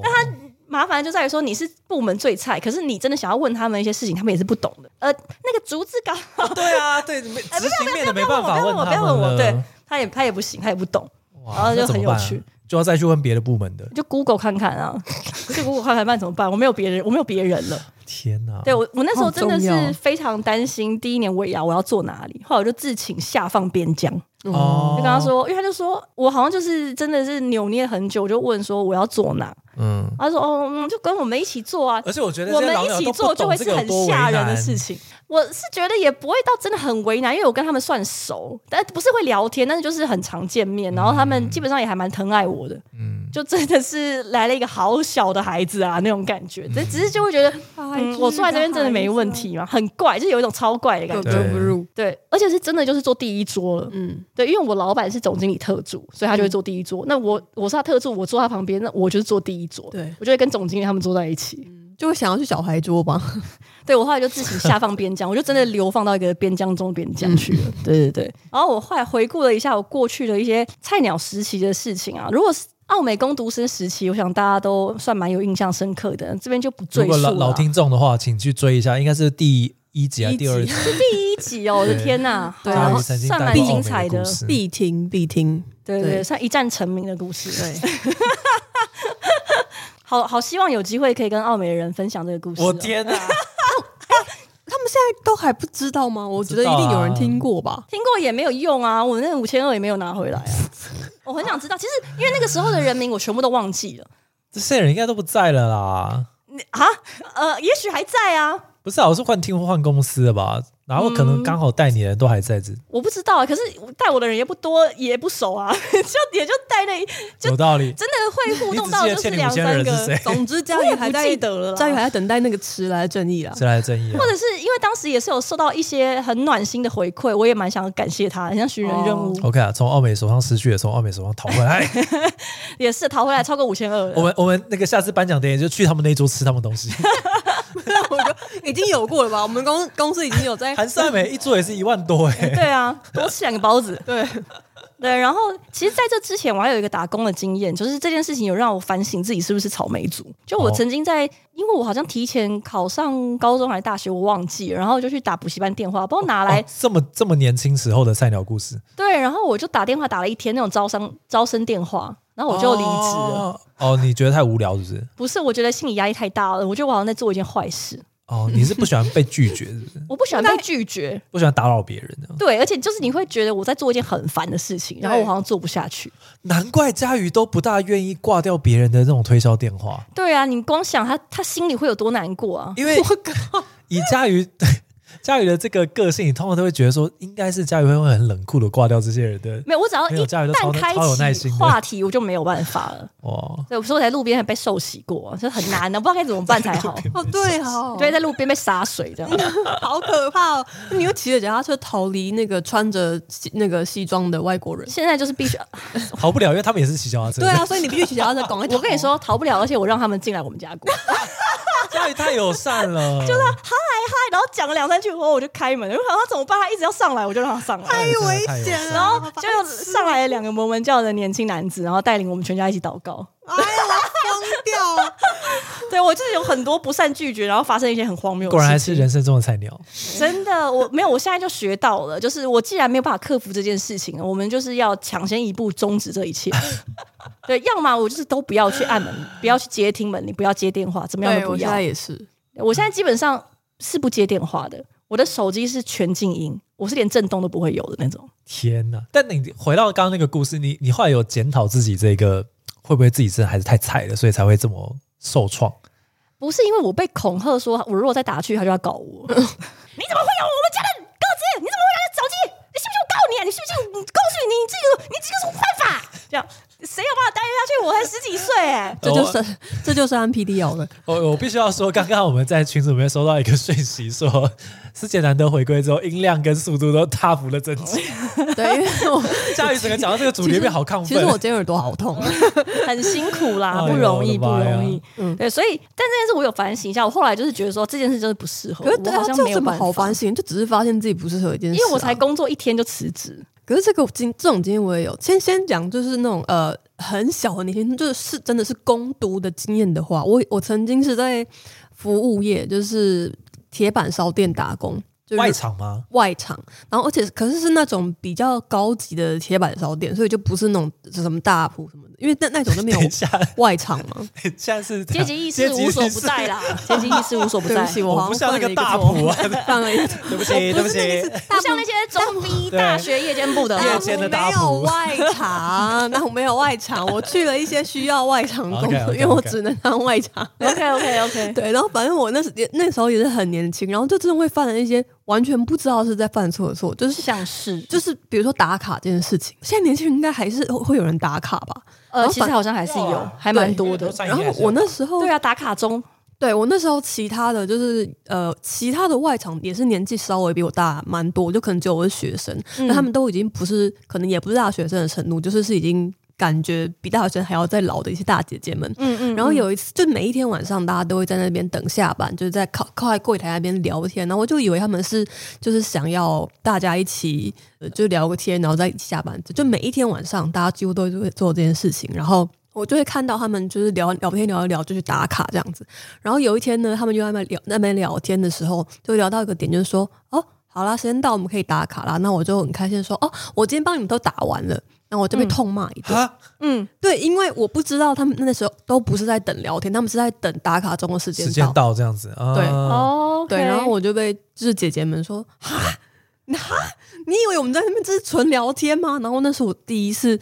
B: 麻烦就在于说你是部门最菜，可是你真的想要问他们一些事情，他们也是不懂的。呃，那个竹子 稿，
C: 对啊，对，没执行面的没
B: 不要
C: 办
B: 问我，
C: 法
B: 不要问我，不要
C: 他
B: 问我，
C: 们了。
B: 对，他也他也不行，他也不懂，
C: 哇，
B: 然后就
C: 那怎么
B: 很有
C: 办啊
B: 趣，
C: 就要再去问别的部门的。
B: 就 Google 看看啊， 就 Google 看看办怎么办？我没有别人，我没有别人了。
C: 天哪！
B: 对我，我那时候真的
A: 好重
B: 是
A: 要
B: 非常担心，第一年尾牙我要做哪里，后来我就自请下放边疆，
C: 哦，
B: 就跟他，说，因为他就说我好像就是真的是扭捏很久，我就问说我要做哪，
C: 嗯，
B: 他说哦，嗯就跟我们一起做啊，
C: 而且我觉得
B: 我
C: 这些
B: 们
C: 老鸟
B: 一起
C: 都不
B: 做就
C: 懂
B: 会
C: 这
B: 是
C: 个有
B: 很
C: 多为
B: 吓人的
C: 难
B: 事。情。我是觉得也不会到真的很为难，因为我跟他们算熟，但不是会聊天，但是就是很常见面，然后他们基本上也还蛮疼爱我的，
C: 嗯，
B: 就真的是来了一个好小的孩子啊那种感觉，只只是就会觉得，嗯，我坐在这边真的没问，题嘛，很怪，就有一种超怪的感
A: 格
B: 觉。
A: 嗯格不入，
B: 对，而且是真的就是坐第一桌了，
A: 嗯，
B: 对，因为我老板是总经理特助，所以他就会坐第一桌。那我我是他特助，我坐他旁边，那我就是坐第一桌，
A: 对
B: 我就会跟总经理他们坐在一起。
A: 就会想要去小孩桌吧，
B: 对我后来就自己下放边疆，我就真的流放到一个边疆中边疆去
C: 嗯
B: 了。对对对。 然后我后来回顾了一下我过去的一些菜鸟时期的事情啊，如果是奥美工读生时期，我想大家都算蛮有印象深刻的，这边就不赘
C: 如
B: 述了
C: 果老
B: 啊。
C: 老听众的话，请去追一下，应该是第一集还是第二
A: 一
C: 集
A: 集？
B: 第一集哦，我的天呐，
A: 对
B: 好
A: 然后
C: 曾经
B: 算
C: 带
B: 蛮
C: 过
B: 精
C: 奥
B: 彩
C: 美的
B: 的
C: 故，事，
A: 必听必听，
B: 对对对，
A: 对
B: 算一战成名的故事。
A: 对，
B: 好好希望有机会可以跟奥美的人分享这个故事哦、
C: 我天哪！
A: 他们现在都还不知道吗？我觉得一定有人听过吧，
B: 听过也没有用啊，我那五千二也没有拿回 来啊。我很想知道，其实因为那个时候的人名我全部都忘记了。
C: 这些人应该都不在了啦。
B: 啊，呃，也许还在啊，
C: 不是啊，我是换听或换公司的吧，然后可能刚好带你的人都还在这，
B: 我不知道啊。可是带我的人也不多，也不熟啊， 就也就带那就
C: 有道理。
B: 真的会互
C: 你只
B: 动
C: 记
B: 到
C: 得
B: 就
C: 欠
B: 是
C: 你五
B: 两
C: 千的
B: 三
C: 人是
B: 个，
C: 谁？
A: 总之，佳
B: 我也
A: 宇
B: 不
A: 还在
B: 记得了啦
A: 佳宇还在等待那个迟来的正义啦。
C: 谁来争议啊
B: 或？者是因为当时也是有受到一些很暖心的回馈，我也蛮想感谢他，很像寻人任务，
C: OK 啊，从奥美手上失去的，从奥美手上讨回 来。
B: 也是逃回来超过五千二
C: 我
B: 了。
C: 们我们那个下次颁奖典礼就去他们那一桌吃他 们东西，
A: 我就已经有过了吧？我们公公司已经有在
C: 韩赛美一桌也是一万多哎、
B: 对啊，多吃两个包子。
A: 对
B: 对，然后其实在这之前，我还有一个打工的经验，就是这件事情有让我反省自己是不是草莓族。就我
C: 哦
B: 曾经在，因为我好像提前考上高中还是大学，我忘记了，然后就去打补习班电话，不知道哪来。
C: 哦这么这么年轻时候的菜鸟故事，
B: 对，然后我就打电话打了一天那种招生招生电话，然后我就离职了。
C: 哦。哦，你觉得太无聊是不是？
B: 不是，我觉得心理压力太大了，我觉得我好像在做一件坏事，
C: 哦，你是不喜欢被拒绝是不是？
B: 我不喜欢被拒绝。
C: 不喜欢打扰别人这样
B: 对，而且就是你会觉得我在做一件很烦的事情，然后我好像做不下去。
C: 难怪佳宇都不大愿意挂掉别人的那种推销电话，
B: 对啊，你光想他，他心里会有多难过啊？
C: 因为以佳宇 佳宇的这个个性，你通常都会觉得说，应该是佳宇会会很冷酷的挂掉这些人的。
B: 没有，我只要
C: 没有
B: 一
C: 佳宇都超
B: 旦开
C: 超有耐
B: 启
C: 心的
B: 话题，我就没有办法了。
C: 哇，
B: 对，所以我在路边还被受洗过，啊就很难的，不知道该怎么办才 好。
A: 哦，对哦，
B: 对，在路边被洒水这样。
A: 好可怕哦！那你又骑着脚踏车逃离那个穿着西那个西装的外国人。
B: 现在就是必须，
C: 逃不了，因为他们也是骑脚踏车。哎
A: 对 啊，，所以你必须骑脚踏车赶快。 啊
B: 我跟你，说逃不了，而且我哦让他们进来我们家过，嗨，
C: 佳宇太友善了，就是
B: 然后讲了两三句后我就开门，因为想啊他怎么办，他一直要上来，我就让他上
C: 哎
B: 来。
A: 太危险了。
B: 然后
C: 啊
B: 就有上来了两个摩门教的年轻男子，然后带领我们全家一起祷告。
A: 哎呀，我疯掉 了！
B: 对我就是有很多不善拒绝，然后发生一些很荒谬的事情。
C: 果然还是人生中的菜鸟。
B: 真的，我没有，我现在就学到了，就是我既然没有办法克服这件事情，我们就是要抢先一步终止这 一切。对，要么我就是都不要去按门，不要去接听门铃，不要接电话，怎么样
A: 对，
B: 都
A: 我
B: 不
A: 现
B: 要。
A: 在也是。
B: 我现在基本上是不接电话的，我的手机是全静音，我是连震动都不会有的那种。
C: 天哪！但你回到刚刚那个故事，你你后来有检讨自己这个会不会自己真的还是太菜了，所以才会这么受创？
B: 不是因为我被恐吓说，我如果再打去，他就要搞我。 你怎么会有我们家的鸽子？你怎么会拿着手机？你信不信我告你、啊？你信不信我告诉你，你这个你这个是犯法？这样谁有办法待下去？我才十几岁哎、
A: 这就是这就是安 P D 咬的，
C: 我我必须要说，刚刚我们在群组里面收到一个讯息说，师姐难得回归之后，音量跟速度都大幅的增进。
A: 对，因为我
C: 佳宇整个讲到这个主
A: 其
C: 题
A: 实
C: 变好亢奋，
A: 其实我今天耳朵好 痛，
B: 很辛苦啦，
C: 哎呦
B: 不容易，不
C: 我的妈呀
B: 容易。
A: 嗯
B: 对，所以但这件事我有反省一下，我后来就是觉得说这件事真的不适合
A: 可
B: 我
A: 是，
B: 我
A: 对啊
B: 好，像
A: 这
B: 没
A: 有
B: 有
A: 什么
B: 办
A: 好
B: 法
A: 反，省？就只是发现自己不适合一件
B: 因
A: 事、
B: 为我才
A: 啊
B: 工作一天就辞职。
A: 可是这个经这种经验我也有，先呃先讲就是那种呃很小的年轻，就是是真的是攻读的经验的话，我我曾经是在服务业，就是铁板烧店打工，就是
C: 外场吗？
A: 外场，然后而且可是是那种比较高级的铁板烧店，所以就不是那种什么大铺什么的，因为那那种就没有
C: 等一下，
A: 外场嘛。
C: 等一下是
B: 阶 级意识无所不在啦，阶级意识无所不
A: 对
B: 在
A: 不。起，
C: 我
A: 好
C: 不
A: 像犯了
C: 像那个
A: 一个
C: 大
A: 错误
C: 谱 啊
A: 犯了一个错误
C: 对不起，对
A: 哦
C: 不起，
B: 不像那些中逼大学夜间 部的
C: 对
A: 但
C: 夜
A: 我
C: 间的大
A: 啊没
C: 补
A: 有外场，那我没有外场，我去了一些需要外场的工作
C: OK，OK，OK
A: 因为我只能当外 场。
B: OK OK OK，
A: 对，然后反正我那时也那时候也是很年轻，然后就真的会犯了一些完全不知道是在犯错的错，就是想。
B: 像是
A: 就
B: 就
A: 是比如说打卡这件事情，现在年轻人应该还是会有人打卡吧？
B: 呃，
A: 然后
B: 其实
A: 反
B: 好像还是有，还
A: 对
B: 蛮多的。
A: 然后我那时候，
B: 啊对啊，打卡中
A: 对我那时候其他的就是呃，其他的外场也是年纪稍微比我大蛮多，就可能只有我是学生，
B: 嗯
A: 那他们都已经不是可能也不是大学生的程度，就是是已经感觉比大学生还要再老的一些大姐姐们。
B: 嗯嗯
A: 然后有一次，就每一天晚上，大家都会在那边等下班，就是在靠靠在柜台那边聊天。然后我就以为他们是就是想要大家一起、呃、就聊个天，然后再一起下班。就每一天晚上，大家几乎都会做这件事情。然后我就会看到他们就是聊聊天聊一聊，就去打卡这样子。然后有一天呢，他们就在那边聊那边聊天的时候，就聊到一个点，就是说哦。好啦，时间到，我们可以打卡啦。那我就很开心地说，哦，我今天帮你们都打完了，那我就被
B: 嗯
A: 痛骂一顿。
C: 啊，
B: 嗯，
A: 对，因为我不知道他们那时候都不是在等聊天，他们是在等打卡中的时间
C: 时间
A: 到。
C: 到这样子啊，
A: 对
B: 哦，
A: 对，然后我就被就是姐姐们说哈， 你哈，你以为我们在那边只是纯聊天吗？然后那是我第一次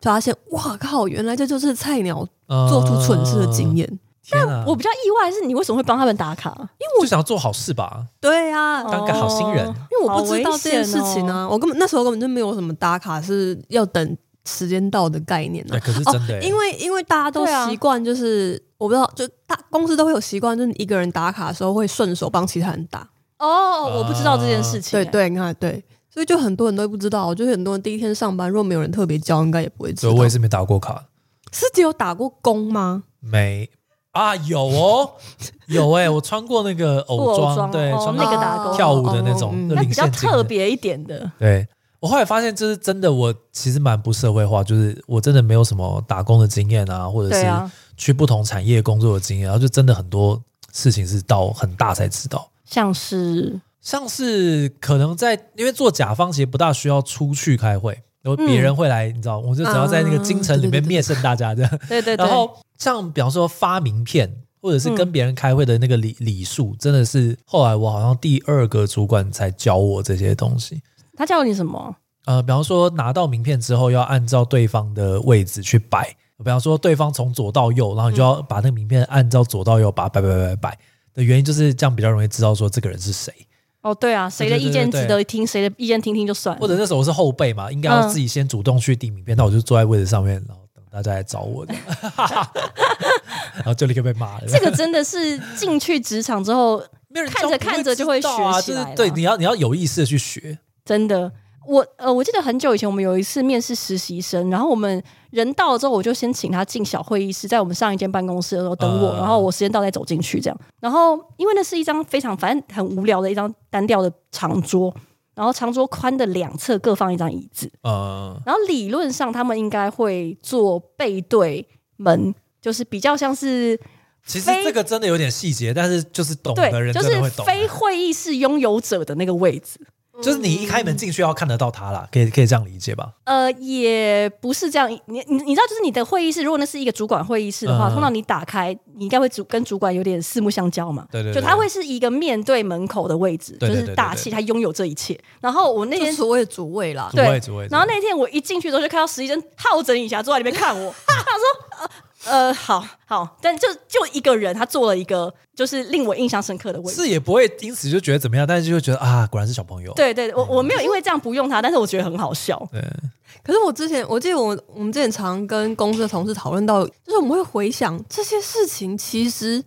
A: 发现，哇靠，原来这就是菜鸟
C: 我
A: 做出蠢事的
C: 哦
A: 经。验。
C: 呃天哪，
B: 我比较意外是你为什么会帮他们打卡？
C: 因为我想要做好事吧，
A: 对啊，
C: 当个好心人
B: 哦
A: 因为我不知道
B: 好危
A: 这件
B: 险
A: 事情
B: 哦
A: 啊，我根本那时候根本就没有什么打卡是要等时间到的概念啊
C: 哎，。可是真的，
A: 因为因为大家都
B: 对啊
A: 习惯，就是、我不知道，就大公司都会有习惯，就是你一个人打卡的时候会顺手帮其他人打。
B: 哦，我不知道这件事情。
A: 对，
C: 啊
A: 对，你看对，所以就很多人都不知道，就是很多人第一天上班，如果没有人特别教，应该也不会知
C: 所
A: 道
C: 以。我也是没打过卡，
A: 师姐有打过工吗？
C: 没啊，有哦，有哎、我穿过那个偶
B: 偶
C: 装，
B: 装
C: 对，
B: 哦
C: 穿
B: 那个
C: 过
B: 打工
C: 跳舞的那
A: 哦
C: 种，
A: 嗯
C: 那
B: 那
C: 零
B: 比较
C: 现金的
B: 特。别一点的，
C: 对我后来发现，就是真的，我其实蛮不社会化，就是我真的没有什么打工的经验啊，或者
B: 对
C: 是
B: 啊，
C: 去不同产业工作的经验，然后就真的很多事情是到很大才知道。
B: 像是
C: 像是可能在，因为做甲方其实不大需要出去开会，然后别人会来，你知道，我就只要在那个京城里
A: 啊对对
C: 面
A: 对
C: 面圣大家这样。
B: 对对对，
C: 然后像比方说发名片，或者是跟别人开会的那个礼、礼数，真的是后来我好像第二个主管才教我这些东西。
B: 他叫你什么？
C: 呃，比方说拿到名片之后，要按照对方的位置去摆。比方说对方从左到右，然后你就要把那个名片按照左到右把它摆摆摆摆摆。的原因就是这样比较容易知道说这个人是谁。
B: 哦，对啊，谁的
C: 对对
B: 意见
C: 对对
B: 值得听，谁的意见听听就算了。
C: 或者那时候我是后辈嘛，应该要自己先主动去递名片，那、我就坐在位置上面，然后等大家来找我， 然后就立刻被骂了。
B: 这个真的是进去职场之后，
C: 没有人
B: 看
C: 教
B: 着
C: 不
B: 看着就会
C: 知道啊
B: 学起
C: 就是
B: 来
C: 对，
B: 了
C: 你要你要有意识的去学，
B: 真的，我呃，我记得很久以前我们有一次面试实习生，然后我们人到了之后，我就先请他进小会议室，在我们上一间办公室的时候等我，
C: 嗯
B: 然后我时间到再走进去这样。然后因为那是一张非常反正很无聊的一张单调的长桌，然后长桌宽的两侧各放一张椅子，
C: 嗯，
B: 然后理论上他们应该会做背对门，就是比较像是
C: 其实
B: 非
C: 这个真的有点细节，但是就是懂
B: 对
C: 的人，
B: 就
C: 真的
B: 是
C: 会懂。
B: 非会议室拥有者的那个位置。
C: 就是你一开门进去要看得到他啦，可以可以这样理解吧？
B: 呃，也不是这样。你你你知道，就是你的会议室，如果那是一个主管会议室的话，
C: 嗯
B: 通常你打开，你应该会主跟主管有点四目相交嘛。
C: 对对对
B: 就他会是一个面对门口的位置，
C: 对对对
B: 就是大气，他拥有这一切。然后我那
A: 就
B: 天，
A: 所谓的主位啦
C: 主。
B: 对
C: 位主位，
B: 然后那天我一进去之后，就看到实习生好整以暇坐在里面看我， 他说：“呃呃，好好。”但就就一个人，他坐了一个就是令我印象深刻的位置。
C: 是也哦不会因此就觉得怎么样，但是就会觉得啊，果然是小朋友。
B: 对对，我我没有因为这样不用他，但是我觉得很好笑。
C: 对，
A: 可是我之前，我记得我我们之前常跟公司的同事讨论到，就是我们会回想这些事情，其实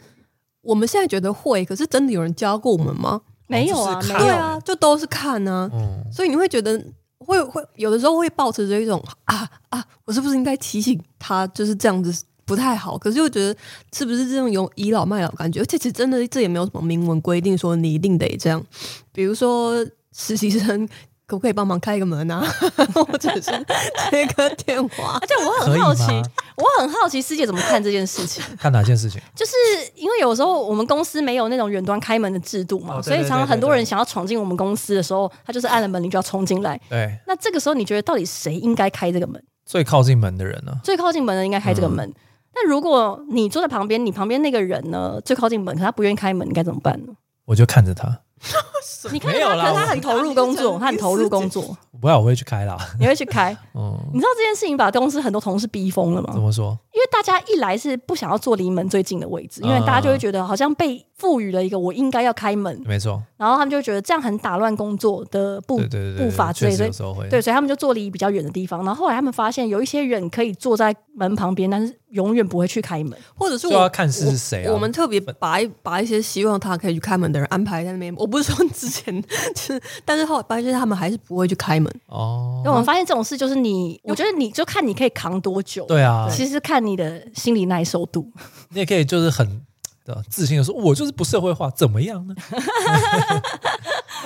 A: 我们现在觉得会，可是真的有人教过我们吗？
B: 没有啊，
C: 哦就是
B: 没
C: 看
B: 有
A: 对啊，就都是看啊，
C: 嗯，
A: 所以你会觉得会会有的时候会保持着一种啊啊，我是不是应该提醒他就是这样子不太好？可是又觉得是不是这种有倚老卖老的感觉？而且其实真的这也没有什么明文规定说你一定得这样，比如说实习生。可不可以帮忙开个门啊？ 或者是接个电话
B: 而？且啊我
C: 可以
B: 很好奇
C: 吗，
B: 我很好奇师姐怎么看这件事情，
C: 看哪件事情？
B: 就是因为有时候我们公司没有那种远端开门的制度嘛，
C: 哦
B: 所
C: 对
B: 以
C: 对
B: 常
C: 对
B: 常
C: 对
B: 很多
C: 对
B: 人想要闯进我们公司的时候，他就是按了门铃就要冲进来。
C: 对，
B: 那这个时候，你觉得到底谁应该开这个门？
C: 最靠近门的人呢、
B: 最靠近门的应该开这个
C: 嗯
B: 门。那如果你坐在旁边，你旁边那个人呢最靠近门，可他不愿意开门，你该怎么办呢？我
C: 我就看着他，
B: 你看
C: 没有
B: 他，
C: 啦
B: 可是他很投
C: 我
B: 入工作，
A: 我
B: 他很投入工作，
C: 不要我会去开啦。
B: 你会去开。
C: 嗯，
B: 你知道这件事情把公司很多同事逼疯了吗
C: 怎？么说？
B: 因为大家一来是不想要坐离门最近的位
C: 啊
B: 置，因为大家就会觉得好像被赋予了一个我应该要开门，
C: 没错，
B: 然后他们就觉得这样很打乱工作的步
C: 对对对对，
B: 步伐之
C: 确
B: 类，
C: 实
B: 所以
C: 有时候会。
B: 对，所以他们就坐离比较远的地方。然后后来他们发现有一些人可以坐在门旁边，但是永远不会去开门。
A: 或者是
C: 就要
A: 我
C: 看是谁啊
A: 我我们特别把一把一些希望他可以去开门的人安排在那边。我不是说之前，就是但是后来发现他们还是不会去开门。
C: 哦
B: 那、，我们发现这种事就是你，我觉得你就看你可以扛多久。
C: 对啊，
B: 其实看你的心理耐受度，
C: 你也可以就是很呃自信的说，我就是不社会化，怎么样呢？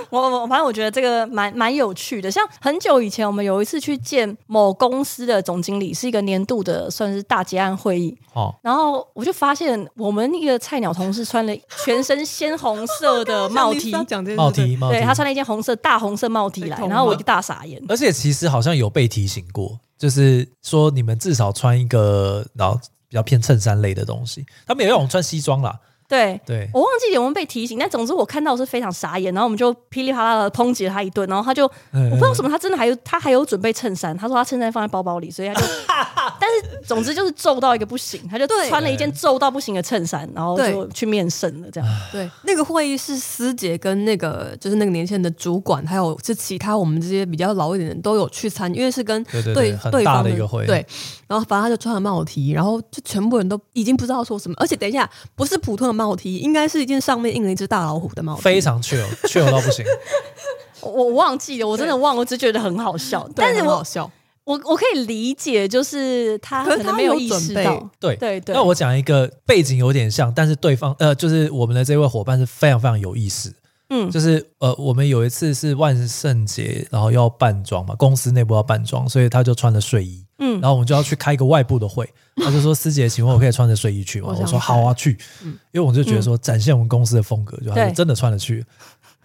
B: 我我我反正我觉得这个蛮蛮有趣的。像很久以前，我们有一次去见某公司的总经理，是一个年度的算是大结案会议。
C: 哦，
B: 然后我就发现我们那个菜鸟同事穿了全身鲜红 色的帽
A: 像你
B: 提
A: 上，讲这件
C: 帽
A: 事
C: 提帽提
B: 对，他穿了一件红色大红色帽提
A: 最
B: 来，
A: 痛
B: 然后我
A: 吗
B: 就大傻眼。
C: 而且其实好像有被提醒过，就是说你们至少穿一个，然后比较偏衬衫类的东西。他们也让我们穿西装啦，
B: 对
C: 对，
B: 我忘记有没有被提醒，但总之我看到是非常傻眼，然后我们就噼里啪啦的抨击了他一顿，然后他就
C: 嗯
B: 我不知道为什么，他真的还有他还有准备衬衫，他说他衬衫放在包包里，所以他 就，但是总之就是皱到一个不行，他就
A: 对
B: 穿了一件皱到不行的衬衫，然后
A: 对
B: 就去面圣了，这样
A: 对，那个会议是师姐跟那个就是那个年限的主管，还有是其他我们这些比较老一点的人都有去参，因为是跟
C: 对对对
A: 对
C: 很
A: 对
C: 大
A: 方
C: 的一个会
A: 对，然后反正他就穿了帽 T，然后就全部人都已经不知道说什么，而且等一下不是普通的帽 T，应该是一件上面印了一只大老虎的帽 T，
C: 非常 chill chill 到不行。
B: 我 我忘记了，我真的忘了，我只觉得很好笑，
A: 对
B: 但是
A: 很好
B: 我
A: 笑，
B: 我我可以理解，就是他
A: 可是
B: 可能
A: 他
B: 没有
A: 有
B: 意
A: 准
B: 识
A: 备
B: 到，
C: 对
B: 对对
C: 那我讲一个背景有点像，但是对方呃，就是我们的这位伙伴是非常非常有意思。
B: 嗯
C: 就是呃，我们有一次是万圣节，然后要扮装嘛，公司内部要扮装，所以他就穿了睡衣，
B: 嗯
C: 然后我们就要去开一个外部的会，他就说：“师姐，请问我可以穿着睡衣去吗？”
A: 我
C: 我
A: 想
C: 说：“
A: 起
C: 好啊，去。”因为我就觉得说展现我们公司的风格，就他就
B: 对
C: 真的穿了去。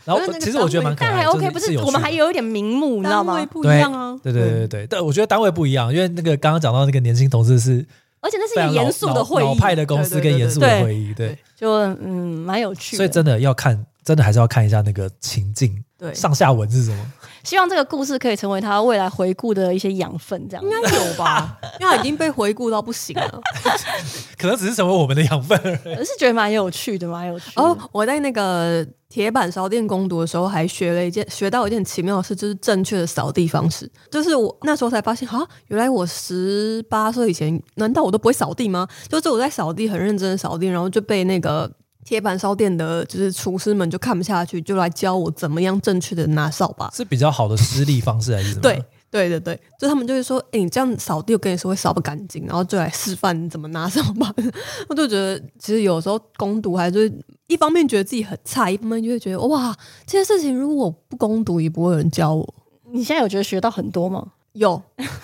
C: 然后
A: 可是那个
C: 其实我觉得蛮可爱
B: 但
C: 的，
B: 还 OK，
C: 就是
B: 不
C: 是
B: 是
C: 有
B: 我们
C: 趣
B: 还
C: 的
B: 有一点名目，你知道
A: 单
B: 吗
A: 位？不一
C: 对
A: 样啊，
C: 对对对对对，但我觉得单位不一样，因为那个刚刚讲到那个年轻同事是
B: 而且那是
C: 非
B: 一个
C: 常老
B: 严肃的
C: 老
B: 会
C: 老
B: 议，
C: 派的公司
A: 对对
C: 跟
A: 对
C: 严肃的
B: 对
C: 会议，对
A: 对。
B: 就嗯蛮有趣的，
C: 所以真的要看，真的还是要看一下那个情境，
A: 对，
C: 上下文是什么？
B: 希望这个故事可以成为他未来回顾的一些养分，这样应该有 吧？
A: 因为他已经被回顾到不行了。
C: 可能只是成为我们的养分而已。
B: 我是觉得蛮有趣的，蛮有趣的。
A: 哦，我在那个铁板烧店攻读的时候，还学了一件学到一件奇妙的事，就是正确的扫地方式。就是我那时候才发现，啊，原来我十八岁以前，难道我都不会扫地吗？就是我在扫地很认真的扫地，然后就被那个。铁板烧店的，就是厨师们就看不下去，就来教我怎么样正确的拿扫把。
C: 是比较好的施力方式还是什么？
A: 对，对对对，就他们就会说，哎、你这样扫地，我跟你说会扫不干净，然后就来示范你怎么拿扫把。 我就觉得，其实有时候攻读还是一方面觉得自己很菜，一方面就会觉得，哇，这件事情如果我不攻读，也不会有人教我。
B: 你现在有觉得学到很多吗？
A: 有，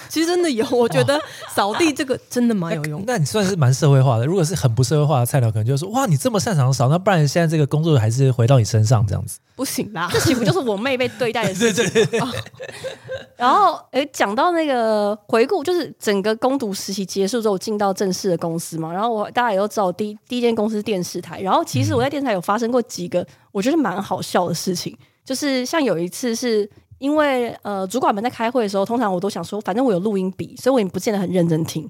A: 其实真的有，我觉得扫地这个真的蛮有用的。
C: 那你算是蛮社会化的。如果是很不社会化的菜鸟，可能就说：“哇，你这么擅长扫，那不然现在这个工作还是回到你身上这样子。
A: 不行啦，
B: 这岂不就是我妹被对待的事情？啊然后，诶，讲到那个回顾，就是整个攻读实习结束之后，我进到正式的公司嘛。然后我大家也都知道，我第一第一间公司是电视台。然后其实我在电视台有发生过几个我觉得蛮好笑的事情，就是像有一次是。因为呃，主管们在开会的时候，通常我都想说，反正我有录音笔，所以我也不见得很认真听，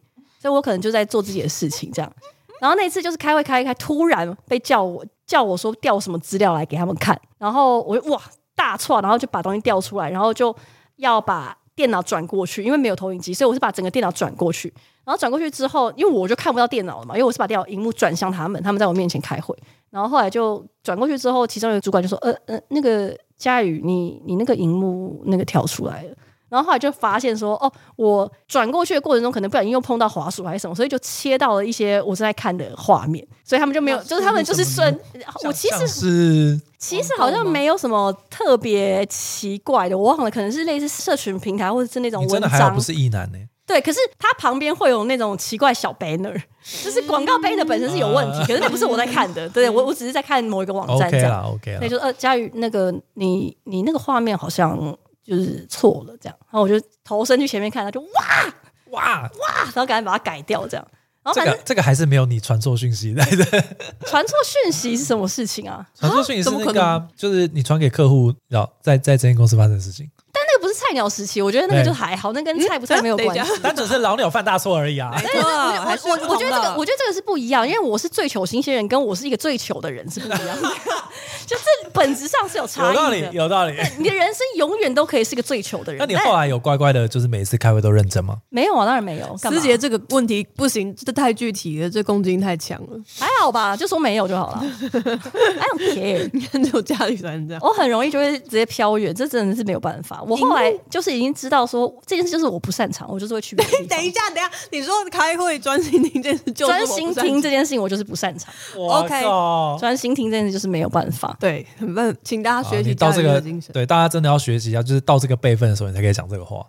B: 所以我可能就在做自己的事情这样。然后那一次就是开会开一开，突然被叫我叫我说调什么资料来给他们看，然后我就哇大错，然后就把东西调出来，然后就要把电脑转过去，因为没有投影机，所以我是把整个电脑转过去。然后转过去之后，因为我就看不到电脑了嘛，因为我是把电脑荧幕转向他们，他们在我面前开会。然后后来就转过去之后，其中有主管就说：“呃呃，那个佳宇，你你那个荧幕那个跳出来了。”然后后来就发现说，哦，我转过去的过程中，可能不小心又碰到滑鼠还是什么，所以就切到了一些我正在看的画面，所以他们就没有，
A: 那
B: 就是他们就是
C: 是什么
B: 顺。我其
C: 像
B: 实
C: 是
B: 其实好像没有什么特别奇怪的，我忘了，可能是类似社群平台或者是那种
C: 你真
B: 文
C: 的还好
B: 章
C: 不，是意男呢、欸
B: 对。可是它旁边会有那种奇怪小 banner，就是广告 banner 本身是有问题，可是那不是我在看的，对我我只是在看某一个网站这
C: 嗯哦 OK
B: 样。
C: 啦，OK
B: 对，
C: 啦。
B: 就呃，佳宇，那个你你那个画面好像就是错了，这样，然后我就投身去前面看，他就哇，
C: 哇，
B: 然后赶紧把它改掉，这样。然后
C: 这
B: 反正
C: 个这个还是没有你传错讯息来的。
B: 传错讯息是什么事情啊？
C: 传错讯息是
A: 怎么
C: 那
A: 可
C: 个、啊，就是你传给客户，然后在在这间公司发生的事 情，
B: 但那个不是菜鸟时期，我觉得那个就还好，那跟菜不菜没有
A: 嗯等一
B: 关
A: 下
B: 系。
C: 单纯是老鸟犯大错而已啊。
A: 对啊，还是
B: 我我我觉得这个，
A: 不同
B: 我
A: 的
B: 觉得这个是不一样，因为我是最求新鲜人，跟我是一个最求的人是不一样的， 就这本质上是有差
C: 有道
B: 异
C: 理，
B: 的。
C: 有道 理。
B: 你的人生永远都可以是个最求的人。
C: 那你
B: 但
C: 后来有乖乖的，就是每一次开会都认真吗？
B: 没有啊？当然没有，干嘛
A: 思杰这个问题不行，这太具体了，这攻击性太强了。
B: 还好吧，就说没有就 好了。I 哎 don't care。
A: 你看，只有家里才能这样。
B: 我很容易就会直接飘远，这真的是没有办法。我后来就是已经知道说这件事就是我不擅长，我就是会去别的 地方
A: 等一下，等一下，你说开会专心听这件事，就是我
B: 专
A: 不
B: 心
A: 擅长
B: 听这件事情，我就是不擅长。
A: OK
C: 靠
B: 专心听这件事就是没有办法。
A: 对，很笨，请大家
C: 啊
A: 学习
C: 你到
A: 家
C: 这
A: 瑜
C: 个
A: 的精神，
C: 对大家真的要学习一下，就是到这个辈分的时候，你才可以讲这个话。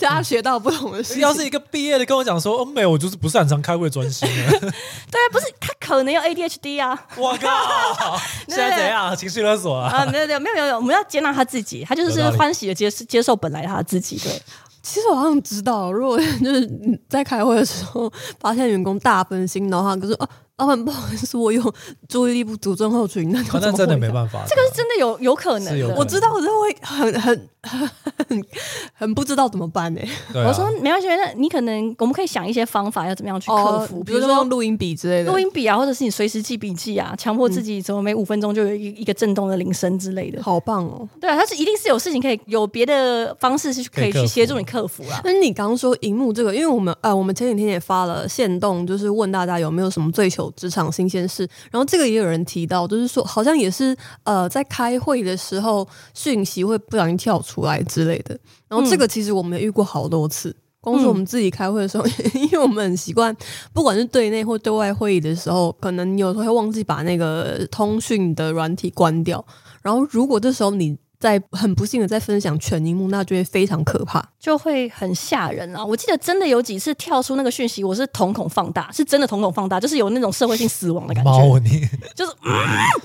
A: 大家学到不同的事情。
C: 要是一个毕业的跟我讲说，哦，没有，我就是不擅长开会专心 的。
B: 对啊，不是他可能有 ADHD 啊
C: 我靠，现在怎样？情绪勒 索啊？
B: 啊，没有没有没有没有，我们要接纳他自己，他就是
C: 有道理
B: 欢喜的接接受本来他自己。对，
A: 其实我好像知道，如果就是在开会的时候发现员工大分心，然后他可是啊，老板不好意思，我有注意力不足症候群，那你
C: 啊
A: 要怎
C: 那
A: 么
C: 真的
A: 回答
C: 没办法，
B: 这个是真的有有可能
C: 是有
B: 的。
C: 可
A: 我
B: 我
C: 能
A: 知道，我就会很很很很不知道怎么办欸 呢、
C: 对啊。
B: 我说没关系，那你可能我们可以想一些方法，要怎么样去克服，
A: 哦比
B: 比
A: 如
B: 哦如
A: 说
B: 说
A: 用录音笔之类的，
B: 录音笔啊，或者是你随时记笔记啊，强迫自己怎么每五分钟就有一一个震动的铃声之类的。
A: 好棒哦！
B: 对啊，它是一定是有事情可以有别的方式是去
C: 可
B: 可
C: 以
B: 以
C: 克
B: 去
C: 服
B: 协助你克服 啦。
A: 那你刚刚说荧幕这个，因为我们呃，我们前几天也发了线动，就是问大家有没有什么追求职场新鲜事。然后这个也有人提到，就是说好像也是呃，在开会的时候讯息会不小心跳出来之类的。然后这个其实我们也遇过好多次。光是我们自己开会的时候， 因为我们很习惯，不管是对内或对外会议的时候，可能你有时候会忘记把那个通讯的软体关掉。然后如果这时候你在很不幸的在分享全荧幕，那就会非常可怕。
B: 就会很吓人啊！我记得真的有几次跳出那个讯息，我是瞳孔放大，是真的瞳孔放大，就是有那种社会性死亡的感觉，
C: 猫你，
B: 就是、嗯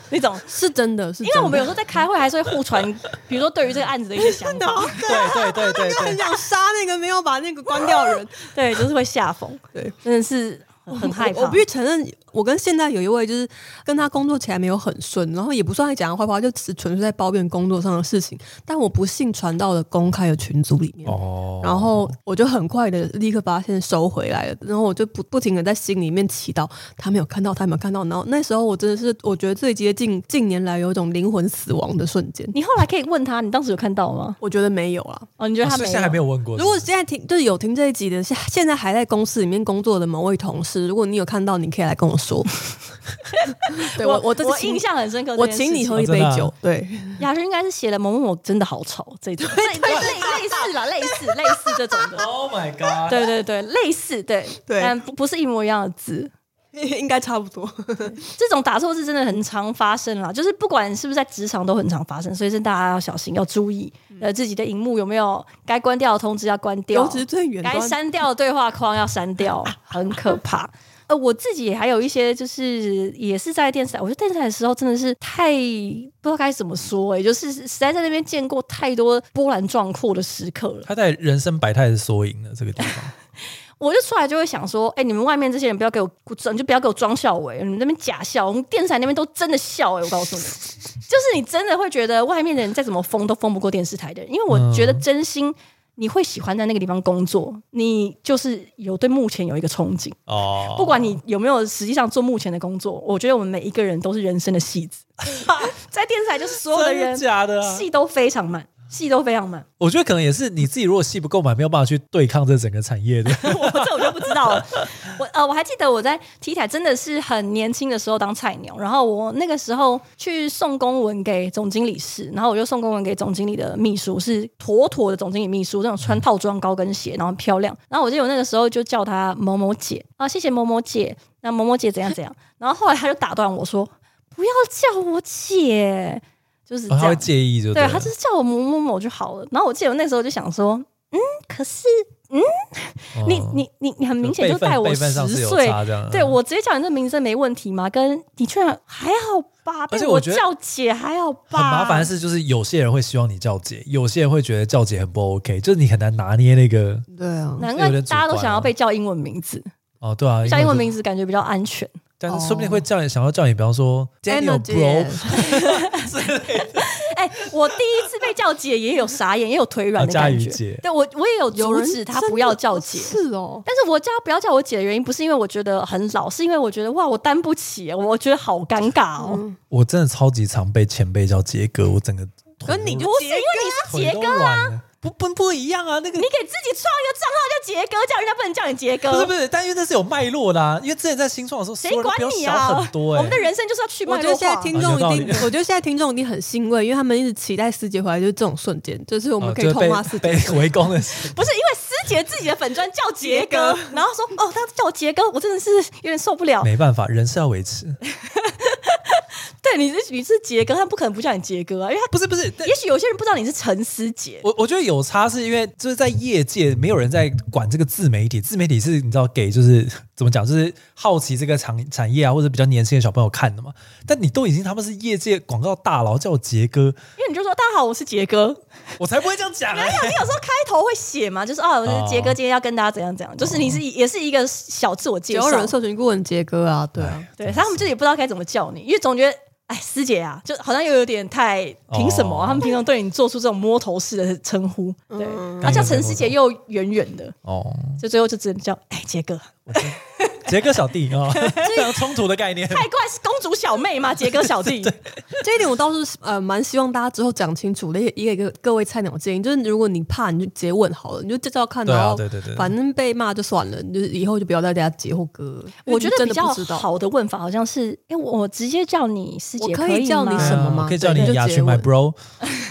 B: 那种。
A: 是真的，是
B: 因为我们有
A: 时
B: 时候在开会还是会互传，比如说对于这个案子的一些想法，
C: 对对对对
A: 很
C: 对，
A: 想杀那个没有把那个关掉的人。
B: 对，就是会吓疯，
A: 对，
B: 真的是很害 怕。
A: 我必须承认，我跟现在有一位就是跟他工作起来没有很顺，然后也不算爱讲坏话，就只是纯粹在抱怨工作上的事情。但我不幸传到了公开的群组里面，
C: 哦
A: 然后我就很快的立刻把它现在收回来了，然后我就不不停的在心里面祈祷他没有看到，他没有看到。然后那时候我真的是我觉得最接近近年来有一种灵魂死亡的瞬间，
B: 你后来可以问他，你当时有看到吗？
A: 我觉得没有啊，
B: 哦，你觉得他
C: 是
B: 没
C: 现在还没
B: 有？
C: 有问过。
A: 如果现在听就是有听这一集的，现现在还在公司里面工作的某位同事，如果你有看到，你可以来跟我 说。对我，我这次
B: 我
A: 请
B: 印，象很深刻。
A: 我请你喝一杯
C: 哦真的啊
A: 酒。对，
B: 雅轩应该是写了某某某真的好丑这种，类类类似啦，类似类似这种 的。
C: Oh my god！
B: 对对对，类似对
A: 对
B: 但不不是一模一样的字。
A: 应该差不多。
B: 这种打错字真的很常发生啦，就是不管是不是在职场都很常发生，所以是大家要小心，要注意，呃，自己的荧幕有没有该关掉的通知要关掉，
A: 尤其是最远
B: 该
A: 端，
B: 删掉的对话框要删掉， 很可怕。呃，我自己还有一些，就是也是在电视台，我觉得电视台的时候真的是太不知道该怎么说、欸，也就是实在在那边见过太多波澜壮阔的时刻了。
C: 他在人生百态的缩影呢，这个地方。
B: 我就出来就会想说，哎、你们外面这些人不要给我装，你就不要给我装笑伟，你们那边假笑，我们电视台那边都真的笑哎、我 告诉你，就是你真的会觉得外面的人再怎么疯都疯不过电视台的人，因为我觉得真心你会喜欢在那个地方工作，你就是有对目前有一个憧憬，
C: 哦，
B: 不管你有没有实际上做目前的工作，我觉得我们每一个人都是人生的戏 子，在电视台就是所有的
C: 真的
B: 人
C: 假的啊？
B: 戏都非常满，戏都非常满。
C: 我觉得可能也是你自己，如果戏不够满，没有办法去对抗这整个产业的。
B: 我 这我就不知道了。我呃，我还记得我在 T 台真的是很年轻的时候当菜鸟，然后我那个时候去送公文给总经理室，然后我就送公文给总经理的秘书，是妥妥的总经理秘书，那种穿套装高跟鞋，然后很漂亮。然后我记得我那个时候就叫她某某姐啊，谢谢某某姐，那某某姐怎样怎样。然后后来她就打断我说：“不要叫我姐。”就是这
C: 哦他会
B: 样，
C: 介意就
B: 对
C: 了
B: 他就是叫我某某某就好了。然后我记得我那时候就想说，嗯，可是
C: 哦
B: 你你你你很明显就
C: 辈分
B: 带我
C: 辈分上
B: 十
C: 是有
B: 岁，
C: 差这样。嗯
B: 对我直接叫你这名字没问题吗？跟你居然还好吧，
C: 而且
B: 被
C: 我觉得
B: 叫姐还好吧，
C: 很麻烦的是，就是有些人会希望你叫姐，有些人会觉得叫姐很不 OK，就是你很难拿捏那个。
A: 对啊，
B: 难怪
C: 有点主
B: 大家都
C: 观
B: 想
C: 啊
B: 要被叫英文名字，
C: 哦，对啊，
B: 叫英文
C: 就
B: 名字哦感觉比较安全。
C: 但是说不定会叫你，想要叫你，比方说 Daniel
A: Energy
C: Bro，
B: 哎、我第一次被叫姐也有傻眼，也有腿软
C: 啊
B: 的
C: 佳
B: 感
C: 瑜
B: 觉。
C: 姐
B: 对我我也有
A: 有
B: 阻
A: 人
B: 止他
A: 真
B: 不要
A: 的
B: 叫姐。
A: 是哦，
B: 但是我叫她不要叫我姐的原因，不是因为我觉得很老，是因为我觉得哇，我担不起，啊我觉得好尴尬哦。
A: 嗯
C: 我真的超级常被前辈叫杰哥，我整个
A: 可
C: 腿
A: 是你
C: 都
A: 就
B: 不是因为你是
C: 腿
B: 杰
C: 都
B: 哥，啊
C: 软了，不不不一样啊，
B: 你
C: 那个
B: 给自己创一个账号叫杰哥，叫人家不能叫你杰哥。
C: 不是不是，但因为那是有脉络的、啊，因为之前在新创的时候，
B: 谁
C: 所有人
B: 管
C: 都比
B: 你
C: 较小
B: 啊？
C: 很多、欸。
B: 我们的人生就是要去脉
A: 我觉
B: 络
A: 得现
B: 化
A: 在。听众
C: 啊
A: 一
C: 有
A: 定
C: 道，
A: 我觉得现在听众一定很欣慰，因为他们一直期待师姐回来，就是这种瞬间，就是我们
C: 哦
A: 可以
C: 就是被
A: 痛骂师姐。
C: 被围攻的时候
B: 不是因为师姐自己的粉砖叫杰哥，然后说哦，他叫我杰哥，我真的是有点受不了。
C: 没办法，人是要维持。
B: 对，你是你是杰哥，他不可能不叫你杰哥啊，因为
C: 不是不是，
B: 他
C: 但
B: 也许有些人不知道你是陈思杰。
C: 我我觉得有差，是因为就是在业界没有人在管这个自媒体，自媒体是你知道给就是怎么讲，就是好奇这个产产业啊，或者比较年轻的小朋友看的嘛。但你都已经他们是业界广告大佬，叫我杰哥，
B: 因为你就说大家好，我是杰哥。
C: 我才不会这样讲、
B: 没
C: 欸。
B: 有，你有时候开头会写嘛，就是哦，我是杰哥，今天要跟大家怎样怎样，就是你
C: 哦
B: 是也是一个小自我介
A: 九
B: 绍
A: 二。人社群顾问杰哥啊，对啊
C: 哎，
B: 对，他们就也不知道该怎么叫你，因为总觉得。哎，师姐啊，就好像又有点太凭什么啊、
C: 哦
B: 他们平常对你做出这种摸头式的称呼，对，
A: 嗯
B: 然后叫陈师姐又远远的，
C: 哦，
B: 就最后就只能叫哎杰哥，
C: 杰哥小弟啊，这样冲突的概念。
B: 太怪是公主小妹吗？杰哥小弟，
A: 这一点我倒是呃蛮希望大家之后讲清楚的，也也给各位菜鸟建议，就是如果你怕，你就直接问好了，你就照照看，
C: 对啊
A: 然后
C: 对对对
A: 反正被骂就算了，你就是以后就不要再大家截或割。
B: 我觉
A: 因
B: 得
A: 为
B: 比
A: 你真
B: 较
A: 的不知道，
B: 好的问法好像是，哎、我我直接叫你师姐
A: 我可以
B: 以
A: 叫你
B: 吗
A: 什么吗
C: 我嗯可以叫你
A: 对就
C: 牙
A: 结
C: 去买
A: 尾
C: bro，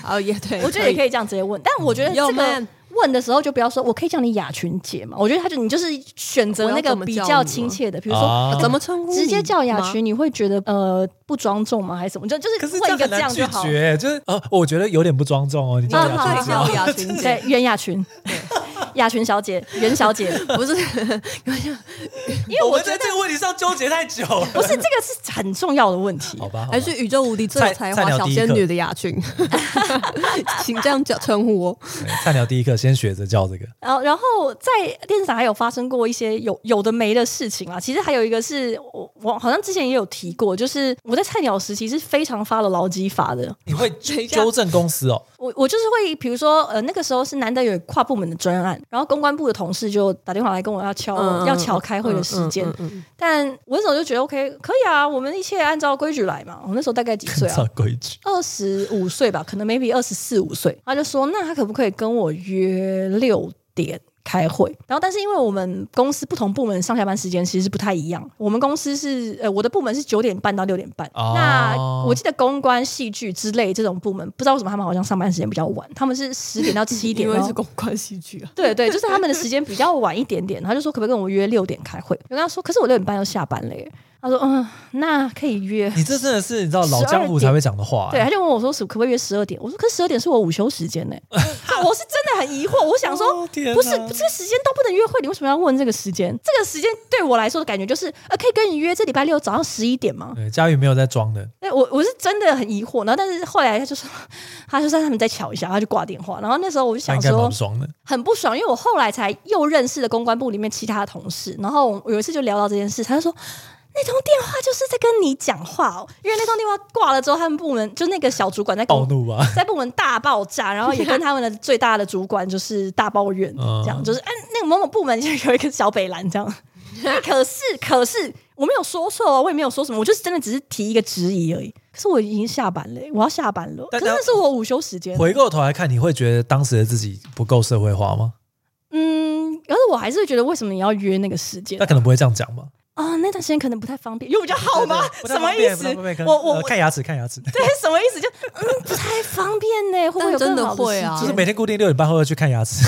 A: 啊 也对，
B: 我觉得也可
A: 以。
B: 以这样直接问，但我觉得
A: 要
B: 这个
A: man
B: 问的时候就不要说，我可以叫你雅群姐嘛？我觉得他就你就是选择那
A: 我要
B: 个
A: 怎么
B: 比
A: 叫
B: 较
A: 你
B: 亲
A: 吗
B: 切的，比如说。
C: 啊
A: 啊怎么称呼你吗？
B: 直接叫雅群，你会觉得呃不庄重吗？还是什么？就就
C: 可是
B: 是
C: 这
B: 问
C: 样
B: 一个
C: 很
B: 这
C: 难
B: 样
C: 拒欸
B: 就好。
C: 绝，就是呃，我觉得有点不庄重哦。你这
A: 啊，
C: 样
B: 啊
A: 再
C: 讲
B: 好
A: 叫雅群姐
B: 对，。袁雅群，亚群 小姐、袁小姐，
A: 不 是，
B: 因为
C: 我
B: 我
C: 们
B: 觉
C: 在
B: 得
C: 这个问题上纠结太久了。
B: 不是这个是很重要的问题。
C: 好吧，好吧
A: 还是宇宙无敌最有才华小仙女的雅群， 请这样叫称呼我。
C: 对哎菜鸟第一课先学着叫这个，
B: 然后，然后在电视上还有发生过一些有有的没的事情啦。啊其实还有一个是我我好像之前也有提过，就是我在菜鸟时期是非常发了劳基法的。
C: 你 会纠正公司哦。
B: 我我就是会，比如说，呃，那个时候是难得有跨部门的专案，然后公关部的同事就打电话来跟我要敲、
A: 嗯
B: 要敲开会的时间，
A: 嗯嗯嗯
B: 但我那时候就觉得 OK 可以啊，我们一切按照规矩来嘛。我那时候大概几岁啊？
C: 照规矩，
B: 二十五岁吧，可能 maybe 二十四五岁，他就说那他可不可以跟我约六点？开会，然后但是因为我们公司不同部门上下班时间其实是不太一样，我们公司是呃我的部门是九点半到六点半，
C: 哦
B: 那我记得公关、戏剧之类这种部门，不知道为什么他们好像上班时间比较晚，他们是十点到七 点，
A: 因
B: 哦
A: 为
B: 然后
A: 是公关戏剧啊，
B: 对对，就是他们的时间比较晚一点点，他就说可不可以跟我约六点开会？我跟他说，可是我六点半要下班了耶。他说嗯，那可以约。
C: 你这真的是你知道老江湖才会讲的话、
B: 对，他就问我说，可不可以约十二点？我说，可是十二点是我午休时间 呢、这我是真的很疑惑，我想说。
C: 哦天哪
B: 不是，这个时间都不能约会，你为什么要问这个时间？这个时间对我来说的感觉就是，呃，可以跟你约这礼拜六早上十一点吗？
C: 对，哎佳宇没有在装的，
B: 哎，我我是真的很疑惑。然后，但是后来他就说，他就说他们再瞧一下，他就挂电话。然后那时候我就
C: 他
B: 想
C: 应该
B: 说嗯
C: 蛮，爽的。
B: 很不爽，因为我后来才又认识了公关部里面其他的同事，然后我有一次就聊到这件事，他就说。那通电话就是在跟你讲话哦，因为那通电话挂了之后，他们部门就那个小主管在跟
C: 暴
B: 我
C: 怒吧？
B: 在部门大爆炸，然后也跟他们的最大的主管就是大抱怨，
C: 嗯
B: 这样就是哎、那个某某部门就有一个小北兰这 样，可是可是我没有说错哦，我也没有说什么，我就是真的只是提一个质疑而已。可是我已经下班了，欸我要下班了，可
C: 但
B: 是那是我午休时间。
C: 回过头来看，你会觉得当时的自己不够社会化吗？
B: 嗯，可是我还是会觉得为什么你要约那个时间
C: 他可能不会这样讲吧？
B: 啊、那段时间可能不太方便，有比较好吗？
C: 不太
B: 哦什么
C: 方
B: 意
C: 便
B: 思
C: 不太方便可？能
B: 我我
C: 呃
B: 我
C: 看牙齿，看牙齿，
B: 对什么意思？就嗯，不太方便呢，会不会有
A: 但真的
B: 更好的
A: 会啊
B: 时
C: 就
B: 间
C: 是每天固定六点半后去看 牙齿。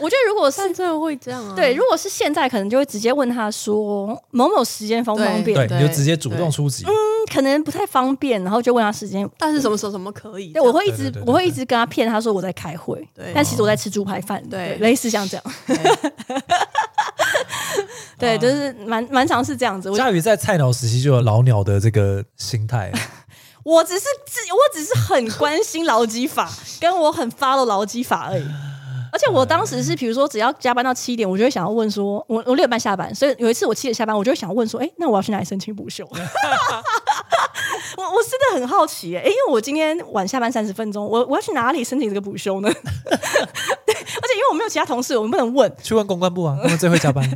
B: 我觉得如果是
A: 但真的会这样啊。
B: 对，如果是现在，可能就会直接问他说某某时间方不方便
C: 对，
A: 对，
C: 你就直接主动出击。
B: 嗯可能不太方便，然后就问他时间。
A: 但是什么时候什么可以？
B: 对，我会一直
C: 对对对
B: 我会一直跟他骗他说我在开会，
A: 对
B: 但其实我在吃猪排饭，
A: 对
B: 类似像这样， 对，就是蛮蛮常是这样子。我
C: 佳宇在菜鸟时期就有老鸟的这个 心态，
B: 我只是只我只是很关心劳基法，跟我很 follow 劳基法而已。而且我当时是，比如说只要加班到七点，我就会想要问说，我我六点半下班，所以有一次我七点下班，我就会想问说，哎、那我要去哪里申请补休？ 我我真的很好奇、哎，因为我今天晚下班三十分钟，我我要去哪里申请这个补休呢？ 对，而且因为我没有其他同事，我们不能问，
C: 去问公关部啊，他们最会加班。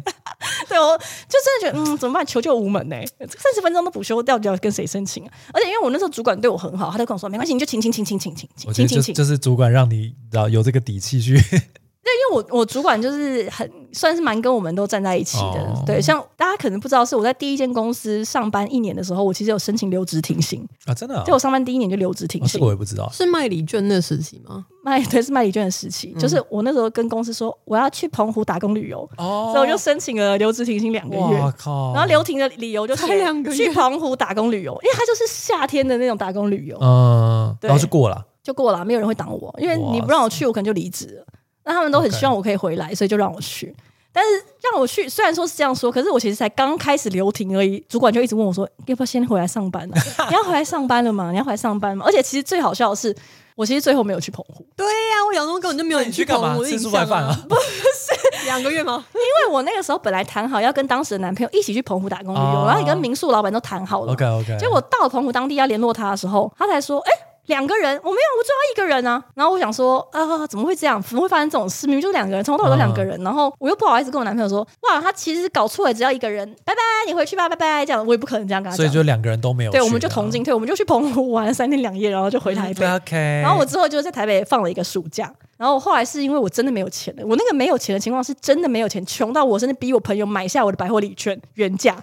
B: 对，我就真的觉得，嗯，怎么办？求救无门呢、这三十分钟都补休，到底要跟谁申请啊？而且因为我那时候主管对我很好，他就跟我说，没关系，你就请请请请请 请
C: 我
B: 请
C: 觉得
B: 请请
C: 就
B: 请。
C: 就是主管让你知道有这个底气去，
B: 因为我我主管就是很算是蛮跟我们都站在一起的，
C: 哦
B: 对。像大家可能不知道，是我在第一间公司上班一年的时候，我其实有申请留职停薪，
C: 啊，真的啊
B: 就我上班第一年就留职停
C: 哦这
B: 薪
C: 个。我也不知道。
A: 是卖礼券那时期吗？
B: 卖对是卖礼券的时期，就是
C: 嗯
B: 我那时候跟公司说我要去澎湖打工旅游，
C: 哦
B: 所以我就申请了留职停薪两个月。
C: 哇靠，
B: 然后刘婷的理由就
A: 哦才
B: 是
A: 两个月
B: 去澎湖打工旅游，因为他就是夏天的那种打工旅游，
C: 嗯，
B: 对
C: 然后就过了。
B: 就过了，没有人会挡我，因为
C: 哇
B: 你不让我去，我可能就离职了。那他们都很
C: OK
B: 希望我可以回来，所以就让我去。但是让我去，虽然说是这样说，可是我其实才刚开始留停而已。主管就一直问我说：“要不要先回来上班、啊？你要回来上班了吗？ 你要回来上班吗？”而且其实最好笑的是，我其实最后没有去澎湖，
A: 对
B: 啊
A: 呀，我小时候根本就没有
C: 那你去干嘛？
A: 澎湖的
C: 吃
A: 印
C: 猪
A: 象
C: 排 饭啊？？
A: 两个月吗？
B: 因为我那个时候本来谈好要跟当时的男朋友一起去澎湖打工旅游，
C: 哦
B: 然后也跟民宿老板都谈好了。
C: OK OK，
B: 结果到了澎湖当地要联络他的时候，他才说：“哎、两个人，我没有，我就要一个人啊。”然后我想说：“啊、怎么会这样？怎么会发生这种事？明明就是两个人，从头到尾都两个人。然后我又不好意思跟我男朋友说：“哇，他其实搞错了，只要一个人，拜拜，你回去吧，拜拜。”这样我也不可能这样跟他
C: 所
B: 讲
C: 以。就两个人都没有去啊。
B: 对，我们就同进退，我们就去澎湖玩三天两夜，然后就回台北。
C: OK，然
B: 然后我之后就在台北放了一个暑假，然后我后来是因为我真的没有钱了，我那个没有钱的情况是真的没有钱，穷到我甚至逼我朋友买下我的百货礼券原价，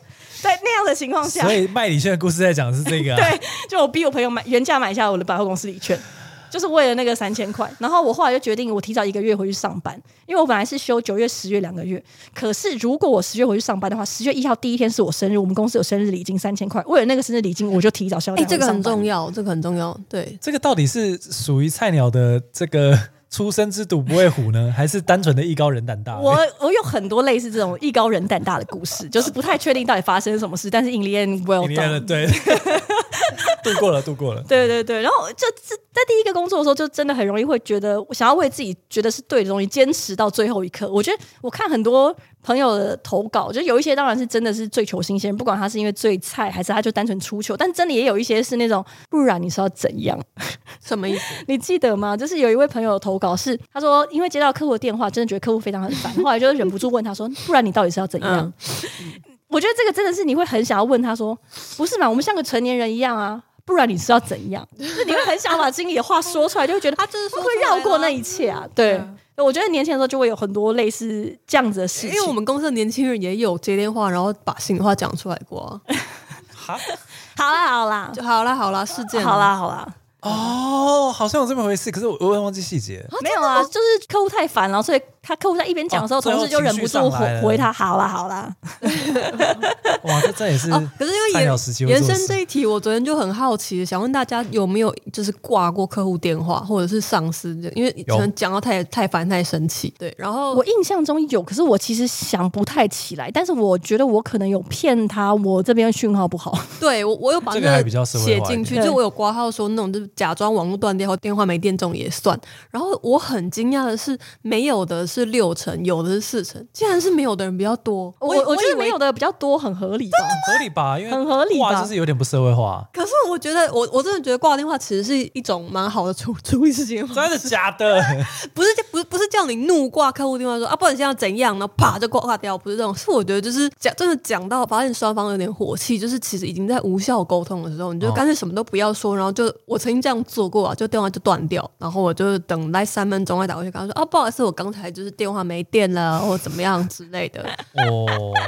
B: 在那样的情况下，
C: 所以麦里炫的故事在讲的是 这个、啊，
B: 就我逼我朋友买原价买下我的百货公司礼券，就是为了那个三千块。然后我后来就决定，我提早一个月回去上班，因为我本来是休九月、十月两个月。可是如果我十月回去上班的话，十月一号第一天是我生日，我们公司有生日礼金三千块，为了那个生日礼金，我就提早消
A: 哎，
B: 掉。
A: 这个很重要，这个很重要。对，
C: 这个到底是属于菜鸟的这个出生之犊不畏 虎呢，还是单纯的艺高人胆大？
B: 我我有很多类似这种艺高人胆大的故事，就是不太确定到底发生什么事，但是 in the end well
C: 你念了
B: done。
C: 对，度过了，度过了。
B: 对对对，然后就这在第一个工作的时候，就真的很容易会觉得想要为自己觉得是对的东西坚持到最后一刻。我觉得我看很多朋友的投稿，就有一些当然是真的是追求新鲜，不管他是因为最菜还是他就单纯出糗，但真的也有一些是那种不然你是要怎样？
A: 什么意思？
B: 你记得吗？就是有一位朋友投稿是，他说因为接到客户的电话，真的觉得客户非常很烦，后来就忍不住问他说：“不然你到底是要怎样？”
A: 嗯
B: 我觉得这个真的是你会很想要问他说：“不是嘛？我们像个成年人一样啊，不然你是要怎样？”就是你会很想把心里的话说出来，就会觉得他
A: 就是
B: 会不会绕过那一切啊？对。
A: 嗯
B: 我觉得年轻的时候就会有很多类似这样子的事情，
A: 因为我们公司的年轻人也有接电话，然后把心里话讲出来过啊、
C: 哈
B: 好啦好啦
A: 就好啦好啦，事件啊
B: 好，啦好啦，
C: 哦，好像有这么回事，可是我我有点忘记细节。
B: 没有啊，就是客户太烦了，所以他客户在一边讲的时候，
C: 哦最后
B: 同事就忍不
C: 情绪
B: 住
C: 上来
B: 回
C: 了
B: 回他好啦好啦，
C: 哇，这这也是
A: 哦可是因为
C: 菜鸟
A: 延
C: 时期会
A: 延
C: 做的
A: 伸
C: 事
A: 这一题，我昨天就很好奇，想问大家有没有就是挂过客户电话或者是上司的，因为
C: 有
A: 可能讲到太太烦太生气。对，然后
B: 我印象中有，可是我其实想不太起来，但是我觉得我可能有骗他，我这边讯号不好。
A: 对我我有把
C: 这
A: 那
C: 个还比较社会
A: 写
C: 化一
A: 进
C: 点
A: 去，
B: 对
A: 就我有挂号说那种就是假装网络断掉，电话没电这种也算。然后我很惊讶的是，没有的是六成，有的是四成，竟然是没有的人比较多。
B: 我我觉
A: 以
B: 得
A: 为
B: 没有的比较多，很合理吧？
C: 合理吧？因为
B: 很合理吧
C: 哇，就是有点不社会化。
A: 可是我觉得，我我真的觉得挂电话其实是一种蛮好的处处理事情的方
C: 真的假 的？
A: 式，不是不是不是叫你怒挂客户电话说啊，不然现在怎样，然后啪就挂挂掉，不是这种，是我觉得就是讲真的讲到发现双方有点火气，就是其实已经在无效沟通的时候，你就
C: 哦
A: 干脆什么都不要说，然后就我曾经这样做过啊，就电话就断掉，然后我就等待三分钟再打过去，跟他说啊，不好意思，我刚才就是电话没电了，或怎么样之类 的，
C: 哦，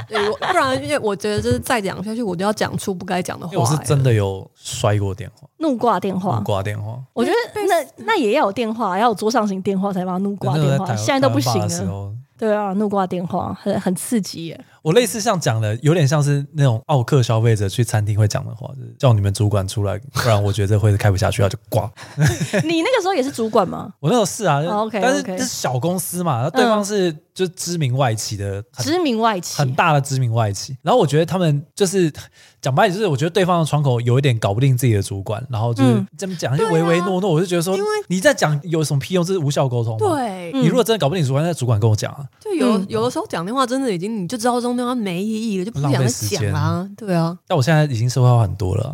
A: 对，我不然因为我觉得就是再讲下去，我就要讲出不该讲的
C: 因为我
A: 话欸
C: 是
A: 了。
C: 真的有摔过电话，
B: 怒挂电话，
C: 挂电话。
B: 我觉得那那也要有电话，要有桌上型电话才把它怒挂
C: 那时候
B: 电
C: 在
B: 话，
C: 台
B: 现在都不
C: 台
B: 行
C: 湾爸的时
B: 了。
C: 候，
B: 对啊，怒挂电话很很刺激 耶。
C: 我类似像讲的，有点像是那种奥克消费者去餐厅会讲的话，就是叫你们主管 出来，不然我觉得会开不下去，他就挂。
B: 你那个时候也是主管吗？
C: 我那时候是啊，就
B: 哦，OK，
C: 但是
B: OK 嗯
C: 这是小公司嘛，然后对方是就知名外企的，很
B: 知名外企，
C: 很大的知名外企。然后我觉得他们就是讲白，点，就是我觉得对方的窗口有一点搞不定自己的主管，然后就是
B: 嗯
C: 这么讲就唯唯诺诺，我就觉得说
A: 因为，
C: 你在讲有什么屁用？这是无效沟通。。
A: 啊对，
B: 嗯
C: 你如果真的搞不定主管，那主管跟我讲啊，
A: 就有、
B: 嗯
A: 有的时候讲电话真的已经，你就知道这种电话没意义了，就不想
C: 浪
A: 再
C: 费时间
A: 讲啦、对啊，
C: 但我现在已经社会化很多了，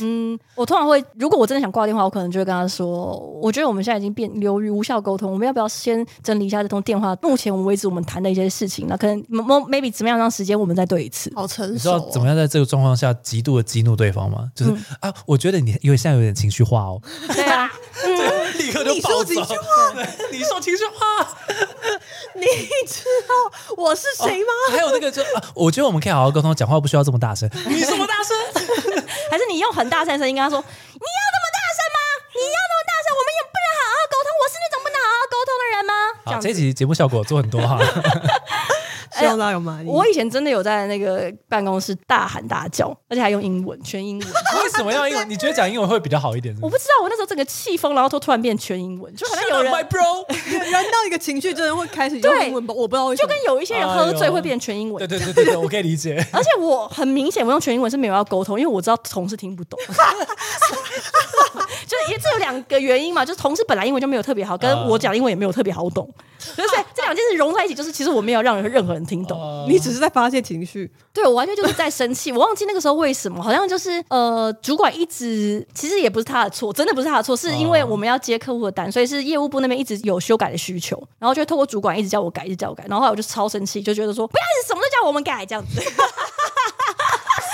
B: 嗯，我通常会，如果我真的想挂电话，我可能就会跟他说，我觉得我们现在已经变流于无效沟通，我们要不要先整理一下这通电话？目前我们为止我们谈的一些事情，那可能 mo- maybe 怎么样让时间我们再对一次。
A: 好成
C: 你知
A: 熟、
C: 道
A: 哦。嗯
C: 怎么样在这个状况下极度的激怒对方吗？就是、啊，我觉得你因为现在有点情绪化哦，
B: 对 啊，
C: 立刻
A: 嗯你说
C: 暴
A: 情绪
C: 走
A: 化，
C: 你说情绪化，
A: 你知道我是谁吗？
C: 还有那个就、啊，我觉得我们可以好好沟通，讲话不需要这么大声。你什么大声？
B: 还是你用很大声的声音跟他说，你要那么大声吗？你要那么大声，我们也不能好好沟通，我是那种不能好好沟通的人吗？这
C: 好，
B: 样
C: 这一
B: 子。
C: 集节目效果做很多哈，
A: 希望大家有满意。
B: 我以前真的有在那个办公室大喊大叫，而且还用英文，全英文。
C: 为什么要英文？你觉得讲英文会比较好一点是不
B: 我
C: 是？
B: 不知道，我那时候整个气疯，然后都突然变全英文，就好像有人
C: Shut up, my bro，
A: 燃到一个情绪，真的会开始用
B: 对
A: 英文吧？我不知道为什
B: 就
A: 么，
B: 跟有一些人喝
C: 哎
B: 醉
C: 呦
B: 会变全英文
C: 对。对对对对，我可以 理解。
B: 而且我很明显，我用全英文是没有要沟通，因为我知道同事听不懂。 就是也这有两个原因嘛，就是同事本来英文就没有特别好，跟
C: 啊
B: 我讲英文也没有特别好懂，所以这两件事融在一起，就是其实我没有让任何人听懂。
C: 哦
A: 你只是在发泄情绪，
B: 对我完全就是在生气，我忘记那个时候为什么，好像就是呃，主管一直其实也不是他的错，真的不是他的错，是因
C: 哦
B: 为我们要接客户的单，所以是业务部那边一直有修改的需求，然后就会透过主管一直叫我改，一直叫我改，然后后来我就超生气，就觉得说不要一直什么都叫我们改这样 子，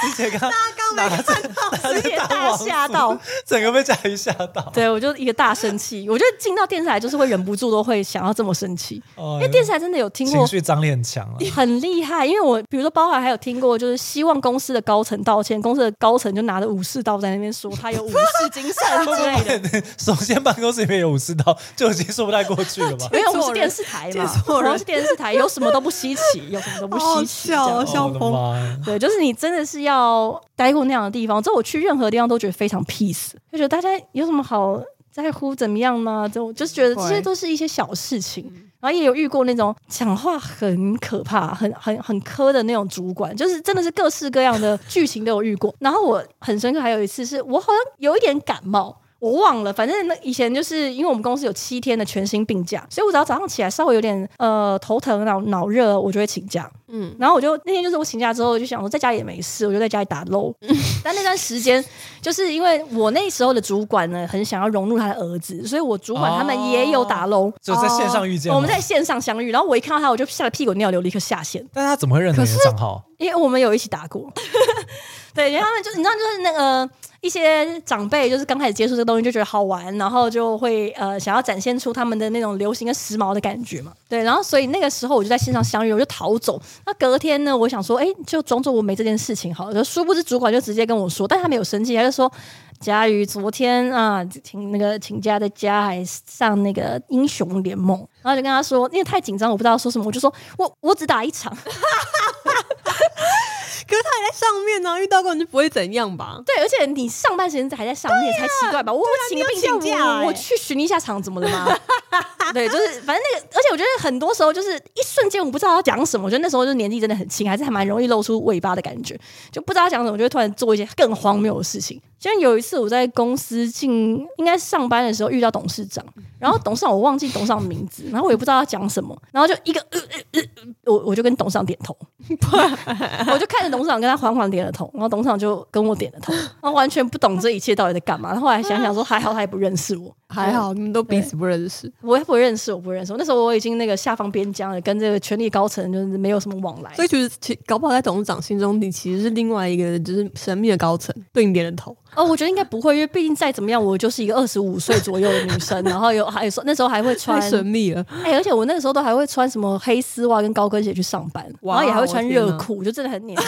C: 之前刚
A: 刚没看到，
B: 有点大吓到。，
C: 整个被佳瑜吓到。
B: 对，我就一个大生气。我觉得进到电视台就是会忍不住都会想要这么生气，
C: 因
B: 因为电视台真的有听
C: 哎哦情
B: 过
C: 绪张力很强啊 了。
B: 很厉害。因为我比如说包含还有听过，就是希望公司的高层道歉，公司的高层就拿着武士刀在那边说他有武士精神 之类 的。
C: 首先，办公室里面有武士刀，就已经说不太过去了吧？
B: 因为我们
A: 做人
B: 是电视台 嘛
A: 接，
B: 我
A: 错人
B: 们是电视台，有什么都不稀奇，有什么都不稀 奇。这
A: 好好笑
B: 样
A: 哦笑疯
C: 我的妈呀！
B: 对，就是你真的是要待过那样的地方，这我去任何地方都觉得非常 peace，就觉得大家有什么好在乎怎么样吗？就就是觉得这些
A: 对
B: 都是一些小事情。然后也有遇过那种讲话很可怕、很很很苛的那种主管，就是真的是各式各样的剧情都有遇过。然后我很深刻，还有一次是我好像有一点感冒。我忘了，反正那以前就是因为我们公司有七天的全薪病假，所以我只要早上起来稍微有点呃头疼、脑脑热，我就会请假。
A: 嗯，
B: 然后我就那天就是我请假之后，我就想说在家里也没事，我就在家里打 LO。但
C: 嗯
B: 那段时间，就是因为我那时候的主管呢，很想要融入他的儿子，所以我主管他们也有打 LO，、
C: 就在线上哦遇见吗
B: 哦我们在线上相遇。然后我一看到他，我就吓得屁滚尿流，立刻下线，
C: 但他怎么会认得你的账号？
B: 因为我们有一起打过。对，然后他们就你知道，就是那个。一些长辈就是刚开始接触这个东西就觉得好玩，然后就会呃想要展现出他们的那种流行跟时髦的感觉嘛。对，然后所以那个时候我就在线上相遇，我就逃走。那隔天呢，我想说，哎、就装作我没这件事情好了。殊不知主管就直接跟我说，但他没有生气，他就说。佳瑜昨天啊，请那个请假在家，还上那个英雄联盟，然后就跟他说，因为太紧张，我不知道说什么，我就说我我只打一场，
A: 可是他还在上面呢、遇到根本就不会怎样吧？
B: 对，而且你上班时间还在上面才奇怪吧？我我请个
A: 你
B: 病
A: 要
B: 假，
A: 请假
B: 我我
A: 欸
B: 去巡一下场怎么了吗？ 对，就是反正那个，而且我觉得很多时候就是一瞬间我不知道要讲什么，我觉得那时候就是年纪真的很轻，还是还蛮容易露出尾巴的感觉，就不知道要讲什么，就会突然做一些更荒谬的事情。就像有一次我在公司进，应该是上班的时候遇到董事长，然后董事长我忘记董事长名字，然后我也不知道要讲什么，然后就一个呃呃呃呃，我我就跟董事长点头，我就看着董事长跟他缓缓点了头，然后董事长就跟我点了头，然后完全不懂这一切到底在干嘛。然后后来想想说，还好他也不认识我，
A: 还好你们都彼此不认识，
B: 我也不认识，我不认识我。那时候我已经那个下方边疆了，跟这个权力高层就是没有什么往来
A: 所。以其实其搞不好在董事长心中，你其实是另外一个就是神秘的高层，对你点了头。
B: 哦，我觉得应该不会，因为毕竟再怎么样，我就是一个二十五岁左右的女生，然后有还说那时候还会穿
A: 太。神秘了，
B: 哎、而且我那个时候都还会穿什么黑丝袜跟高跟鞋去上班，然
A: 哇
B: 后也还会穿热
A: 我天哪
B: 裤，就真的很年轻。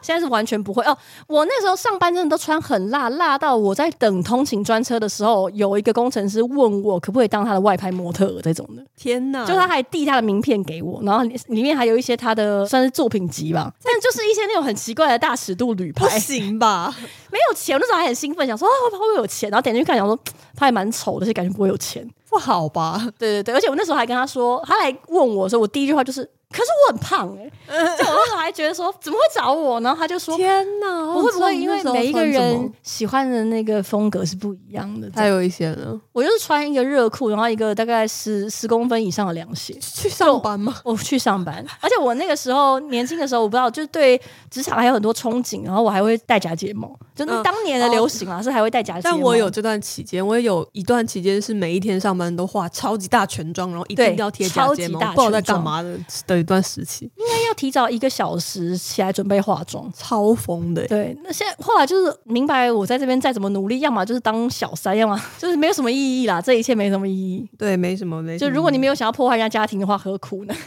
B: 现在是完全不会哦。我那时候上班真的都穿很辣，辣到我在等通勤专车的时候，有一个工程师问我可不可以当他的外拍模特儿这种的，
A: 天哪！
B: 就他还递他的名片给我，然后里里面还有一些他的算是作品集吧，但就是一些那种很奇怪的大尺度旅
A: 不
B: 拍，
A: 行吧？
B: 没有钱。我那时候还很兴奋，想说啊，会不会有钱？然后点进去看，想说嘖他还蛮丑的，所以感觉不会有钱。
A: 不好吧？
B: 对对对，而且我那时候还跟他说，他来问我的时候，我第一句话就是，可是我很 胖哎、欸，就我那时候还觉得说怎么会找我，然后他就说。
A: 天哪！
B: 我会不会因为每一个
A: 我不知道你那时候穿什
B: 人
A: 么
B: 喜欢的那个风格是不一样的？这
A: 还
B: 样
A: 有一些呢？
B: 我就是穿一个热裤，然后一个大概十十公分以上的凉鞋，
A: 去上班吗？
B: 我去上班。而且我那个时候年轻的时候，我不知道，就是对职场还有很多憧憬，然后我还会戴假睫毛，就是
A: 嗯
B: 当年的流行啊，是还会戴假睫毛。
A: 但我有这段期间，我也有一段期间是每一天上班都化超级大全妆，然后一定
B: 对
A: 要贴假睫毛，
B: 超级大
A: 不知道在干嘛的的一段时期，
B: 应该要提早一个小时起来准备化妆。
A: 超疯的、欸
B: 对，那现在后来就是明白，我在这边再怎么努力，要么就是当小三，要么 就是没有什么意义啦，这一切没什么意义。
A: 对，没什么，没什
B: 就
A: 么。
B: 如果你没有想要破坏人家家庭的话，何苦呢？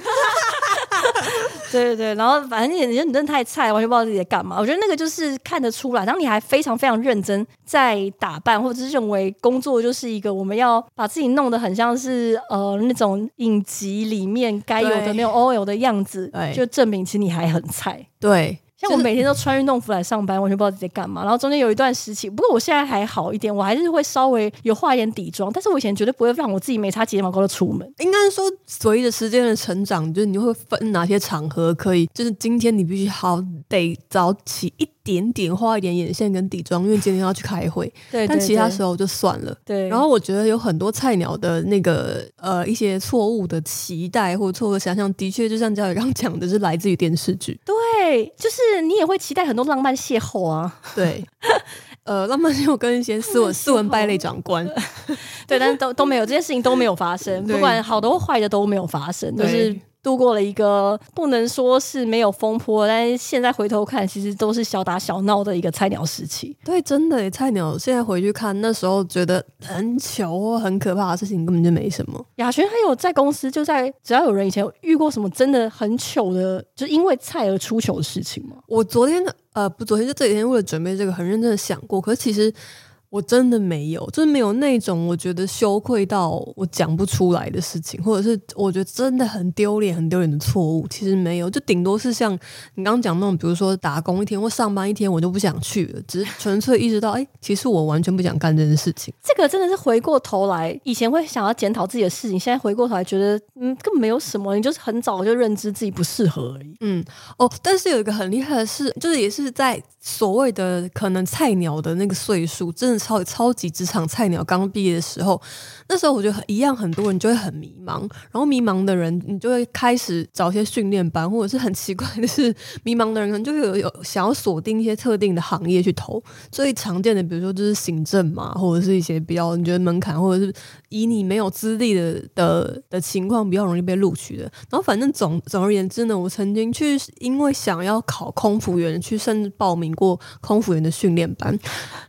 B: 对对对，然后反正你你真的太菜，完全不知道自己在干嘛。我觉得那个就是看得出来，当你还非常非常认真在打扮，或者是认为工作就是一个我们要把自己弄得很像是呃那种影集里面该有的
A: 对
B: 那种 OL 的样子，
A: 对
B: 就证明其实你还很菜。
A: 对，
B: 像我每天都穿运动服来上班，完全不知道自己在干嘛。然后中间有一段时期，不过我现在还好一点，我还是会稍微有化一点底妆，但是我以前绝对不会让我自己没擦睫毛膏就出门。
A: 应该说，随着时间的成长，就是你会分哪些场合可以，就是今天你必须好得早起一点点，画一点眼线跟底妆，因为今天要去开会。
B: 对
A: 但其他时
B: 候
A: 候就算了。
B: 对，
A: 然后我觉得有很多菜鸟的那个呃一些错误的期待或错误的想象，的确就像佳宇刚讲的，是来自于电视剧。
B: 对，就是你也会期待很多浪漫邂逅啊，
A: 对， 呃，浪漫就跟一些斯文斯文败类长官，
B: 对，但是 都都没有这件事情都没有发生，
A: 对
B: 不管好的或坏的都没有发生，就是
A: 对。
B: 度过了一个不能说是没有风波，但是现在回头看，其实都是小打小闹的一个菜鸟时期。
A: 对，真的耶菜鸟现在回去看，那时候觉得很糗或很可怕的事情根本就没什么。
B: 雅璇还有在公司，就在呃只要有人以前有遇过什么真的很糗的，就因为菜而出糗的事情吗？
A: 我昨天呃不，昨天就这几天为了准备这个很认真的想过，可是其实。我真的没有，就是没有那种我觉得羞愧到我讲不出来的事情，或者是我觉得真的很丢脸、很丢脸的错误，其实没有，就顶多是像你刚刚讲那种，比如说打工一天或上班一天，我就不想去了，只是纯粹意识到，哎、其实我完全不想干这件事情。
B: 这个真的是回过头来，以前会想要检讨自己的事情，现在回过头来觉得，嗯，根本没有什么，你就是很早就认知自己不适合而已。
A: 嗯，哦，但是有一个很厉害的是，就是也是在所谓的可能菜鸟的那个岁数，真的超超级职场菜鸟刚毕业的时候，那时候我觉得很一样，很多人就会很迷茫，然后迷茫的人，你就会开始找一些训练班，或者是很奇怪的是，迷茫的人可能就会有有想要锁定一些特定的行业去投，最常见的比如说就是行政嘛，或者是一些比较你觉得门槛，或者是以你没有资历的的的情况比较容易被录取的。然后反正总总而言之呢，我曾经去因为想要考空服员，去甚至报名过空服员的训练班，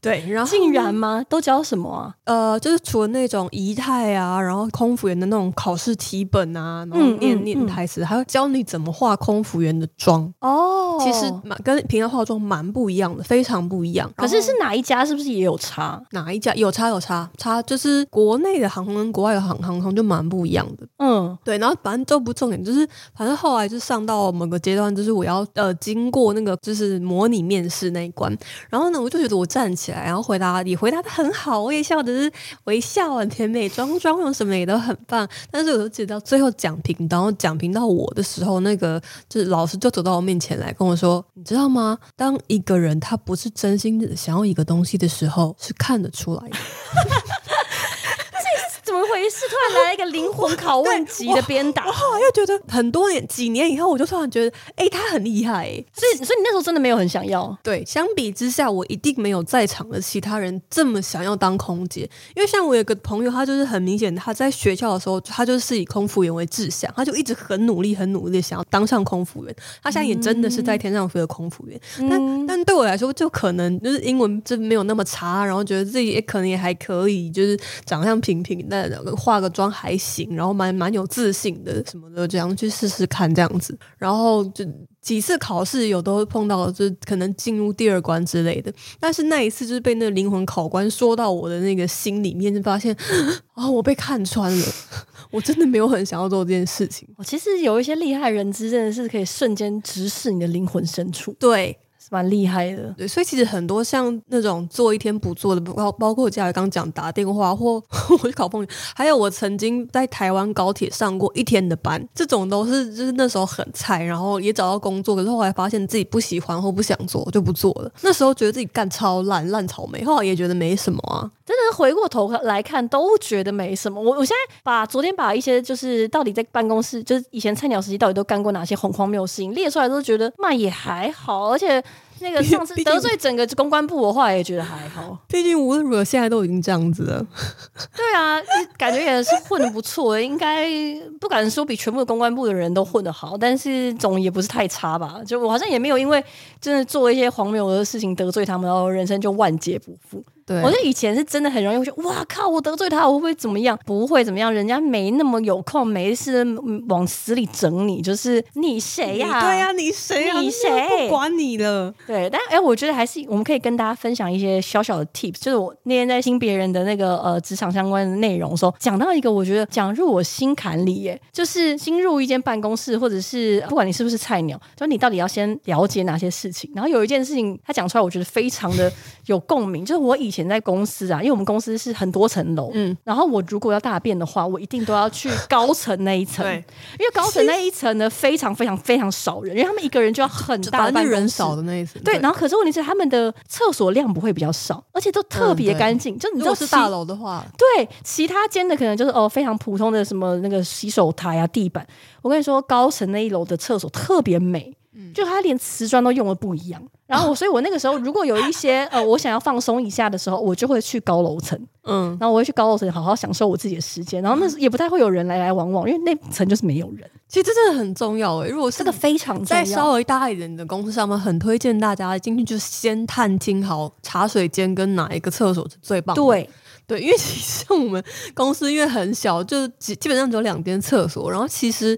A: 对，然后
B: 竟然吗？都教什么啊？
A: 呃，就是除了那种仪态啊，然后空服员的那种考试题本啊，然后
B: 嗯
A: 念、
B: 嗯
A: 念
B: 嗯
A: 台词，还会教你怎么化空服员的妆。
B: 哦
A: 其实蛮跟平常化妆蛮不一样的，非常不一样。
B: 可是
A: 然后
B: 是哪一家？是不是也有差？
A: 哪一家有差有差差，就是国内的航空跟国外的航航空就蛮不一样的。
B: 嗯，
A: 对，然后反正都不重点，就是反正后来就上到某个阶段，就是我要呃经过那个就是模拟面试那一关，然后呢，我就觉得我站起来，然后回答也回答的很好，我也笑的是微笑很甜美，妆妆容什么也都很棒，但是我就记得到最后讲评，然后讲评到我的时候，那个就是老师就走到我面前来跟我说，你知道吗？当一个人他不是真心的想要一个东西的时候，是看得出来的。
B: 怎么回事？突然来了一个灵魂拷问级的鞭 打，
A: 后来又觉得很多年几年以后，我就突然觉得，哎、他很厉害、诶
B: 所以所以你那时候真的没有很想要。
A: 对，相比之下，我一定没有在场的其他人这么想要当空姐，因为像我有个朋友，他就是很明显，他在学校的时候，他就是以空服员为志向，他就一直很努力、很努力的想要当上空服员。他现在也真的是在天上飞的空服员，但但对我来说，就可能就是英文真没有那么差，然后觉得自己也可能也还可以，就是长相平平，但化个妆还行，然后蛮蛮有自信的什么的，这样去试试看这样子，然后就几次考试有都碰到，就是可能进入第二关之类的。但是那一次就是被那个灵魂考官说到我的那个心里面，就发现 啊、我被看穿了， 我真的没有很想要做这件事情。
B: 哦我其实有一些厉害人知，真的是可以瞬间直视你的灵魂深处，
A: 对
B: 是蛮厉害的。
A: 对，所以其实很多像那种做一天不做的，包包括嘉怡刚讲打电话或我去考风云，还有我曾经在台湾高铁上过一天的班，这种都是就是那时候很菜，然后也找到工作，可是后来发现自己不喜欢或不想做，我就不做了。那时候觉得自己干超烂烂草莓，后来也觉得没什么啊。
B: 真的是回过头来看，都觉得没什么。我我现在把昨天把一些就是到底在办公室，就是以前菜鸟时期到底都干过哪些很荒谬的事情列出来，都觉得嘛也还好。而且那个上次
A: 毕竟
B: 得罪整个公关部，我后来也觉得还好。
A: 毕竟无论如何现在都已经这样子了。
B: 对啊，感觉也是混的不错，应该不敢说比全部的公关部的人都混得好，但是总也不是太差吧。就我好像也没有因为真的做一些荒谬的事情得罪他们，然后人生就万劫不复。
A: 对
B: 我觉得以前是真的很容易会觉得，哇靠，我得罪他，我会不会怎么样？不会怎么样，人家没那么有空，没事嗯往死里整你，就是你谁呀、
A: 嗯对啊呀、、你谁呀、
B: 你
A: 又
B: 谁
A: 不管你了。
B: 对，但哎、我觉得还是我们可以跟大家分享一些小小的 tips，就是我那天在听别人的那个呃职场相关的内容的时候，讲到一个我觉得讲入我心坎里耶，就是新入一间办公室，或者是不管你是不是菜鸟，就你到底要先了解哪些事情。然后有一件事情他讲出来，我觉得非常 的有共鸣，就是我以前在公司啊，因为我们公司是很多层楼，嗯
A: 嗯，
B: 然后我如果要大便的话，我一定都要去高层那一层，
A: 对
B: 因为高层那一层呢非常非常非常少人，因为他们一个人就要很大的
A: 反正
B: 办
A: 就人
B: 公室
A: 少的那一次。
B: 对，然后可是问题是他们的厕所量不会比较少，而且都特别
A: 嗯对
B: 干净。就你
A: 如
B: 知道
A: 果
B: 其
A: 是大，楼的话，
B: 对其他间的可能就是哦非常普通的什么那个洗手台啊、地板。我跟你说，高层那一楼的厕所特别美，
A: 嗯
B: 就它连瓷砖都用的不一样。然后我，所以我那个时候如果有一些呃我想要放松一下的时候，我就会去高楼层。
A: 嗯，
B: 然后我会去高楼层好好享受我自己的时间。然后那时也不太会有人来来往往，因为那层就是没有人，
A: 其实这真的很重要欸诶、如果是
B: 这个非常重
A: 在
B: 要。
A: 稍微大一点的公司上面，很推荐大家进去就先探听好茶水间跟哪一个厕所是最棒的。
B: 对，
A: 对，因为其实像我们公司因为很小，就基基本上只有两间厕所，然后其实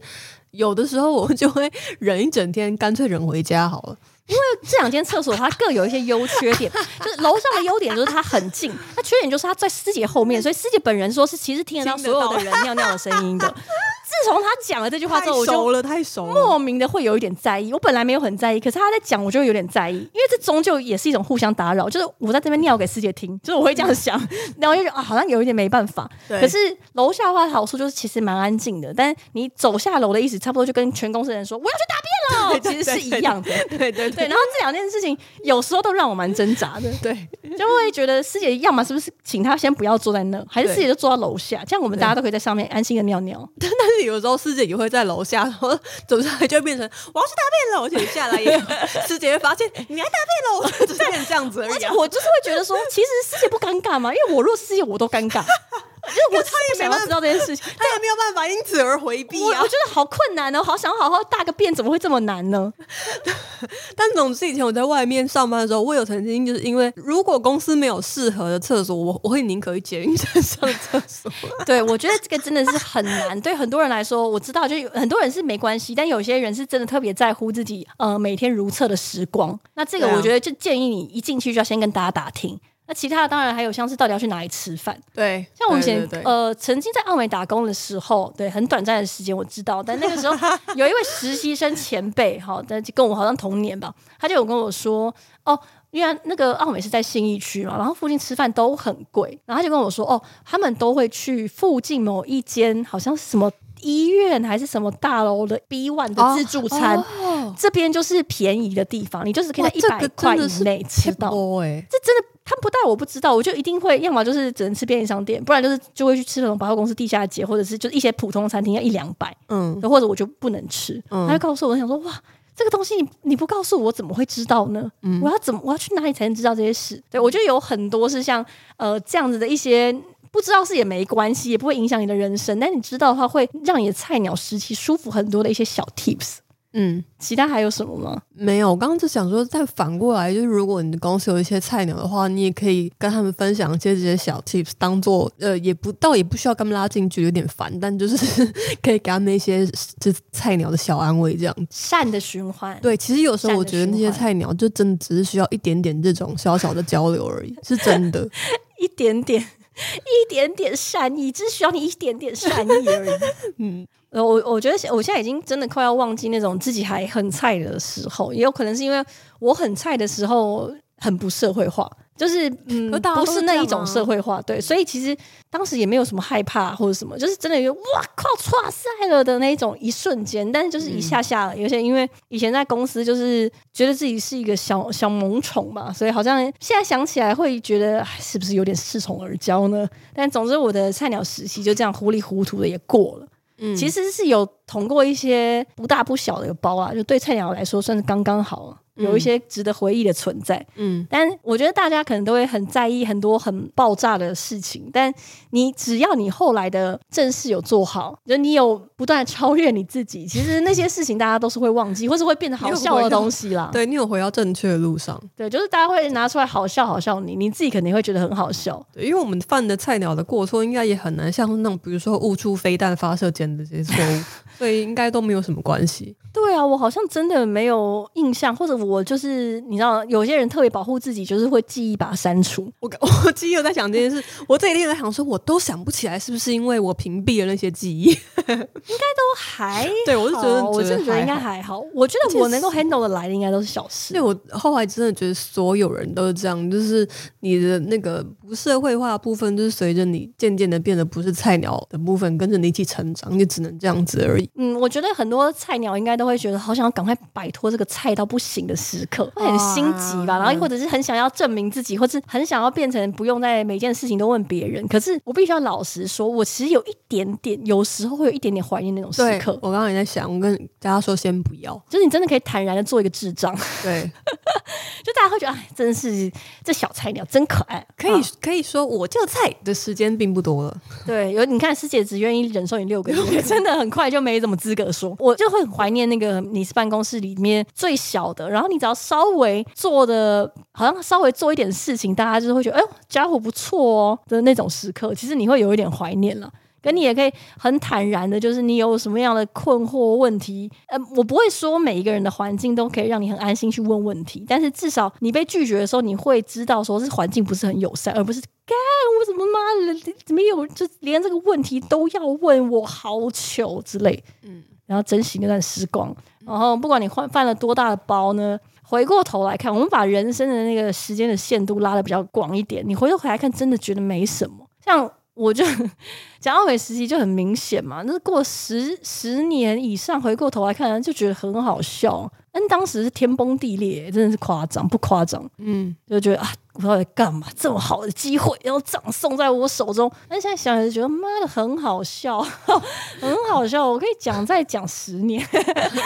A: 有的时候我就会忍一整天，干脆忍回家好了。
B: 这两间厕所它各有一些优缺 点，就是楼上的优点就是它很近，那缺点就是它在师姐后 面，所以师姐本人说是其实听得到所有的人尿尿的声音 的。自从他讲了这句话之后，我
A: 太熟
B: 就
A: 了，太熟了。
B: 莫名的会有一点在意。我本来没有很在意，可是他在讲，我就有点在意，因为这终究也是一种互相打扰。就是我在这边尿给师姐听， 就是我会这样想，然后就觉得啊，好像有一点没办法。
A: 对
B: 可是楼下的话，好处就是其实蛮安静的，但你走下楼的意思，差不多就跟全公司的人说我要去大便了，其实是一样的。
A: 对对
B: 对，然后这两件事情有时候都让我蛮挣扎的，
A: 对，
B: 就会觉得师姐要么是不是请她先不要坐在那，还是
A: 对
B: 师姐就坐到楼下，这样我们大家都可以在上面安心的尿尿。
A: 但是有时候师姐也会在楼下，然后走下来就会变成我要去大便了，而且你下来 也师姐会发现你来大便了，我只是变成这样子而
B: 而
A: 已
B: 且
A: 啊、
B: 我就是会觉得说，其实师姐不尴尬嘛，因为我若师姐我都尴尬，因为我他也想要知道这件事情。
A: 他也没有办法因此而回避
B: 我我
A: 啊
B: 觉。得好困难哦，好想好好大个便，怎么会这么难呢？
A: 但总之，以前我在外面上班的时候，我有曾经就是因为如果公司没有适合的厕所，我我会宁可去捷运站上厕所。
B: 对，我觉得这个真的是很难。对很多人来说，我知道，就有很多人是没关系，但有些人是真的特别在乎自己呃每天如厕的时光。那这个
A: 对啊
B: 我觉得就建议你一进去就要先跟大家打听。那其他的当然还有像是到底要去哪里吃饭，
A: 对，
B: 像我们以前
A: 对对对
B: 呃曾经在澳门打工的时候，对很短暂的时间我知道，但那个时候 有一位实习生前辈哈，但就跟我好像同年吧，他就有跟我说哦。因为那个澳美是在信义区嘛，然后附近吃饭都很贵，然后他就跟我说，哦，他们都会去附近某一间好像是什么医院还是什么大楼的 B one 的自助餐，
A: 哦
B: 这边就是便宜的地方，你就是可以在
A: 哇
B: 一
A: 这
B: 百
A: 个
B: 块
A: 真的
B: 以
A: 是
B: 内吃到。
A: 多哎，
B: 这真的他们不带我不知道，我就一定会，要么就是只能吃便利商店，不然就是就会去吃那种百货公司地下街，或者是就是一些普通餐厅要一两百，
A: 嗯，
B: 或者我就不能吃。
A: 嗯
B: 他就告诉我，我想说哇。这个东西你你不告诉我怎么会知道呢？
A: 嗯
B: 我要怎么我要去哪里才能知道这些事？对我觉得有很多是像呃这样子的一些不知道是也没关系，也不会影响你的人生，但你知道的话会让你的菜鸟时期舒服很多的一些小 tips。
A: 嗯。
B: 其他还有什么吗？
A: 没有，我刚刚就想说，再反过来，就是如果你的公司有一些菜鸟的话，你也可以跟他们分享一些这些小 tips，当做呃，也不倒也不需要跟他们拉近距离，有点烦，但就是 可以给他们一些就是菜鸟的小安慰，这样子。
B: 善的循环，
A: 对，其实有时
B: 善
A: 候
B: 的
A: 我觉得那
B: 循
A: 些
B: 环
A: 菜鸟就真的只是需要一点点这种小小的交流而已，是真的。
B: 一点点， 一点点善意，只需要你一点点善意而已。
A: 嗯，
B: 呃，我我觉得我现在已经真的快要忘记那种自己还很菜的时候，也有可能是因为我很菜的时候很不社会化，就是嗯，
A: 可大家
B: 不
A: 都是
B: 是那
A: 这样
B: 一种
A: 啊
B: 社会化，对，所以其实当时也没有什么害怕或者什么，就是真的有哇靠，哇塞了的那一种一瞬间，但是就是一
A: 嗯
B: 下下，有些因为以前在公司就是觉得自己是一个小小萌宠嘛，所以好像现在想起来会觉得哎是不是有点恃宠而骄呢？但总之我的菜鸟时期就这样糊里糊涂的也过了。
A: 嗯
B: 其实是有捅过一些不大不小的包啊，就对菜鸟来说算是刚刚好，有一些值得回忆的存在。
A: 嗯，
B: 但我觉得大家可能都会很在意很多很爆炸的事情，但你只要你后来的正事有做好，就你有不断的超越你自己，其实那些事情大家都是会忘记，或是会变得好笑的东西啦。
A: 对你有回到正确的路上。
B: 对，就是大家会拿出来好笑好笑你，你自己肯定会觉得很好笑。
A: 对，因为我们犯的菜鸟的过错，应该也很难像那种，比如说误触飞弹发射间的这些错 误，所以应该都没有什么关系。
B: 对啊，我好像真的没有印象，或者我就是你知道，有些人特别保护自己，就是会记忆把它删除。
A: 我刚我记忆有在想这件事，我这几天在想说，我都想不起来是不是因为我屏蔽了那些记忆。
B: 都还
A: 对 我是觉得
B: 哦好我真的觉得应该还好。我觉得我能够 handle 的来的应该都是小事
A: 所以。我后来真的觉得所有人都是这样，就是你的那个不社会化的部分，就是随着你渐渐的变得不是菜鸟的部分，跟着你一起成长，你就只能这样子而已。
B: 嗯，我觉得很多菜鸟应该都会觉得好想要赶快摆脱这个菜到不行的时刻，会很心急吧，
A: 哇
B: 然后或者是很想要证明自己，或是很想要变成不用在每件事情都问别人。可是我必须要老实说，我其实有一点点，有时候会有一点点怀念那种时
A: 对，
B: 刻，
A: 我刚刚也在想，我跟大家说先不要。
B: 就是你真的可以坦然的做一个智障，
A: 对，
B: 就大家会觉得哎，真是这小菜鸟真可爱，
A: 可以、
B: 啊
A: 可以说我就菜的时间并不多了。
B: 对，有你看师姐只愿意忍受你六个月，真的很快就没什么资格说。我就会很怀念那个你是办公室里面最小的，然后你只要稍微做的，好像稍微做一点事情，大家就是会觉得哎呦家伙不错哦的那种时刻，其实你会有一点怀念了。跟你也可以很坦然的，就是你有什么样的困惑问题，呃，我不会说每一个人的环境都可以让你很安心去问问题，但是至少你被拒绝的时候，你会知道说是环境不是很友善，而不是干我怎么妈的怎么有就连这个问题都要问我，好糗之类。
A: 嗯，
B: 然后珍惜那段时光。然后不管你犯犯了多大的包呢，回过头来看，我们把人生的那个时间的限度拉的比较广一点，你回头来看，真的觉得没什么。像我就 讲到美实习就很明显嘛，那过了十十年以上，回过头来看就觉得很好笑。但当时是天崩地裂，真的是夸张，不夸张。
A: 嗯，
B: 就觉得啊，我到底干嘛？这么好的机会，然后掌送在我手中。但现在想也觉得妈的很好笑， 很好笑。我可以讲再讲十年，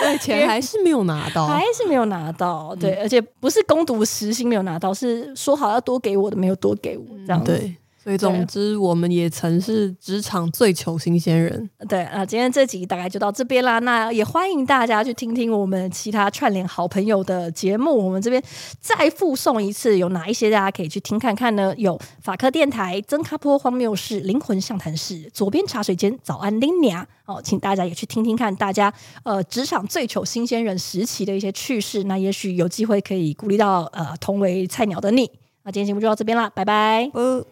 A: 而且还是没有拿到，
B: 还是没有拿到。对，而且不是攻读时薪没有拿到，是说好要多给我的，没有多给我这样子。
A: 对。所以总之，我们也曾是职场最求新鲜人。
B: 对啊，今天这集大概就到这边啦。那也欢迎大家去听听我们其他串联好朋友的节目。我们这边再附送一次，有哪一些大家可以去听看看呢？有法科电台、增咖坡荒谬事、灵魂相谈室、左边茶水间、早安林娘哦，请大家也去听听看，大家呃职场最糗新鲜人时期的一些趣事。那也许有机会可以鼓励到呃同为菜鸟的你。那今天节目就到这边啦，拜拜。
A: 呃，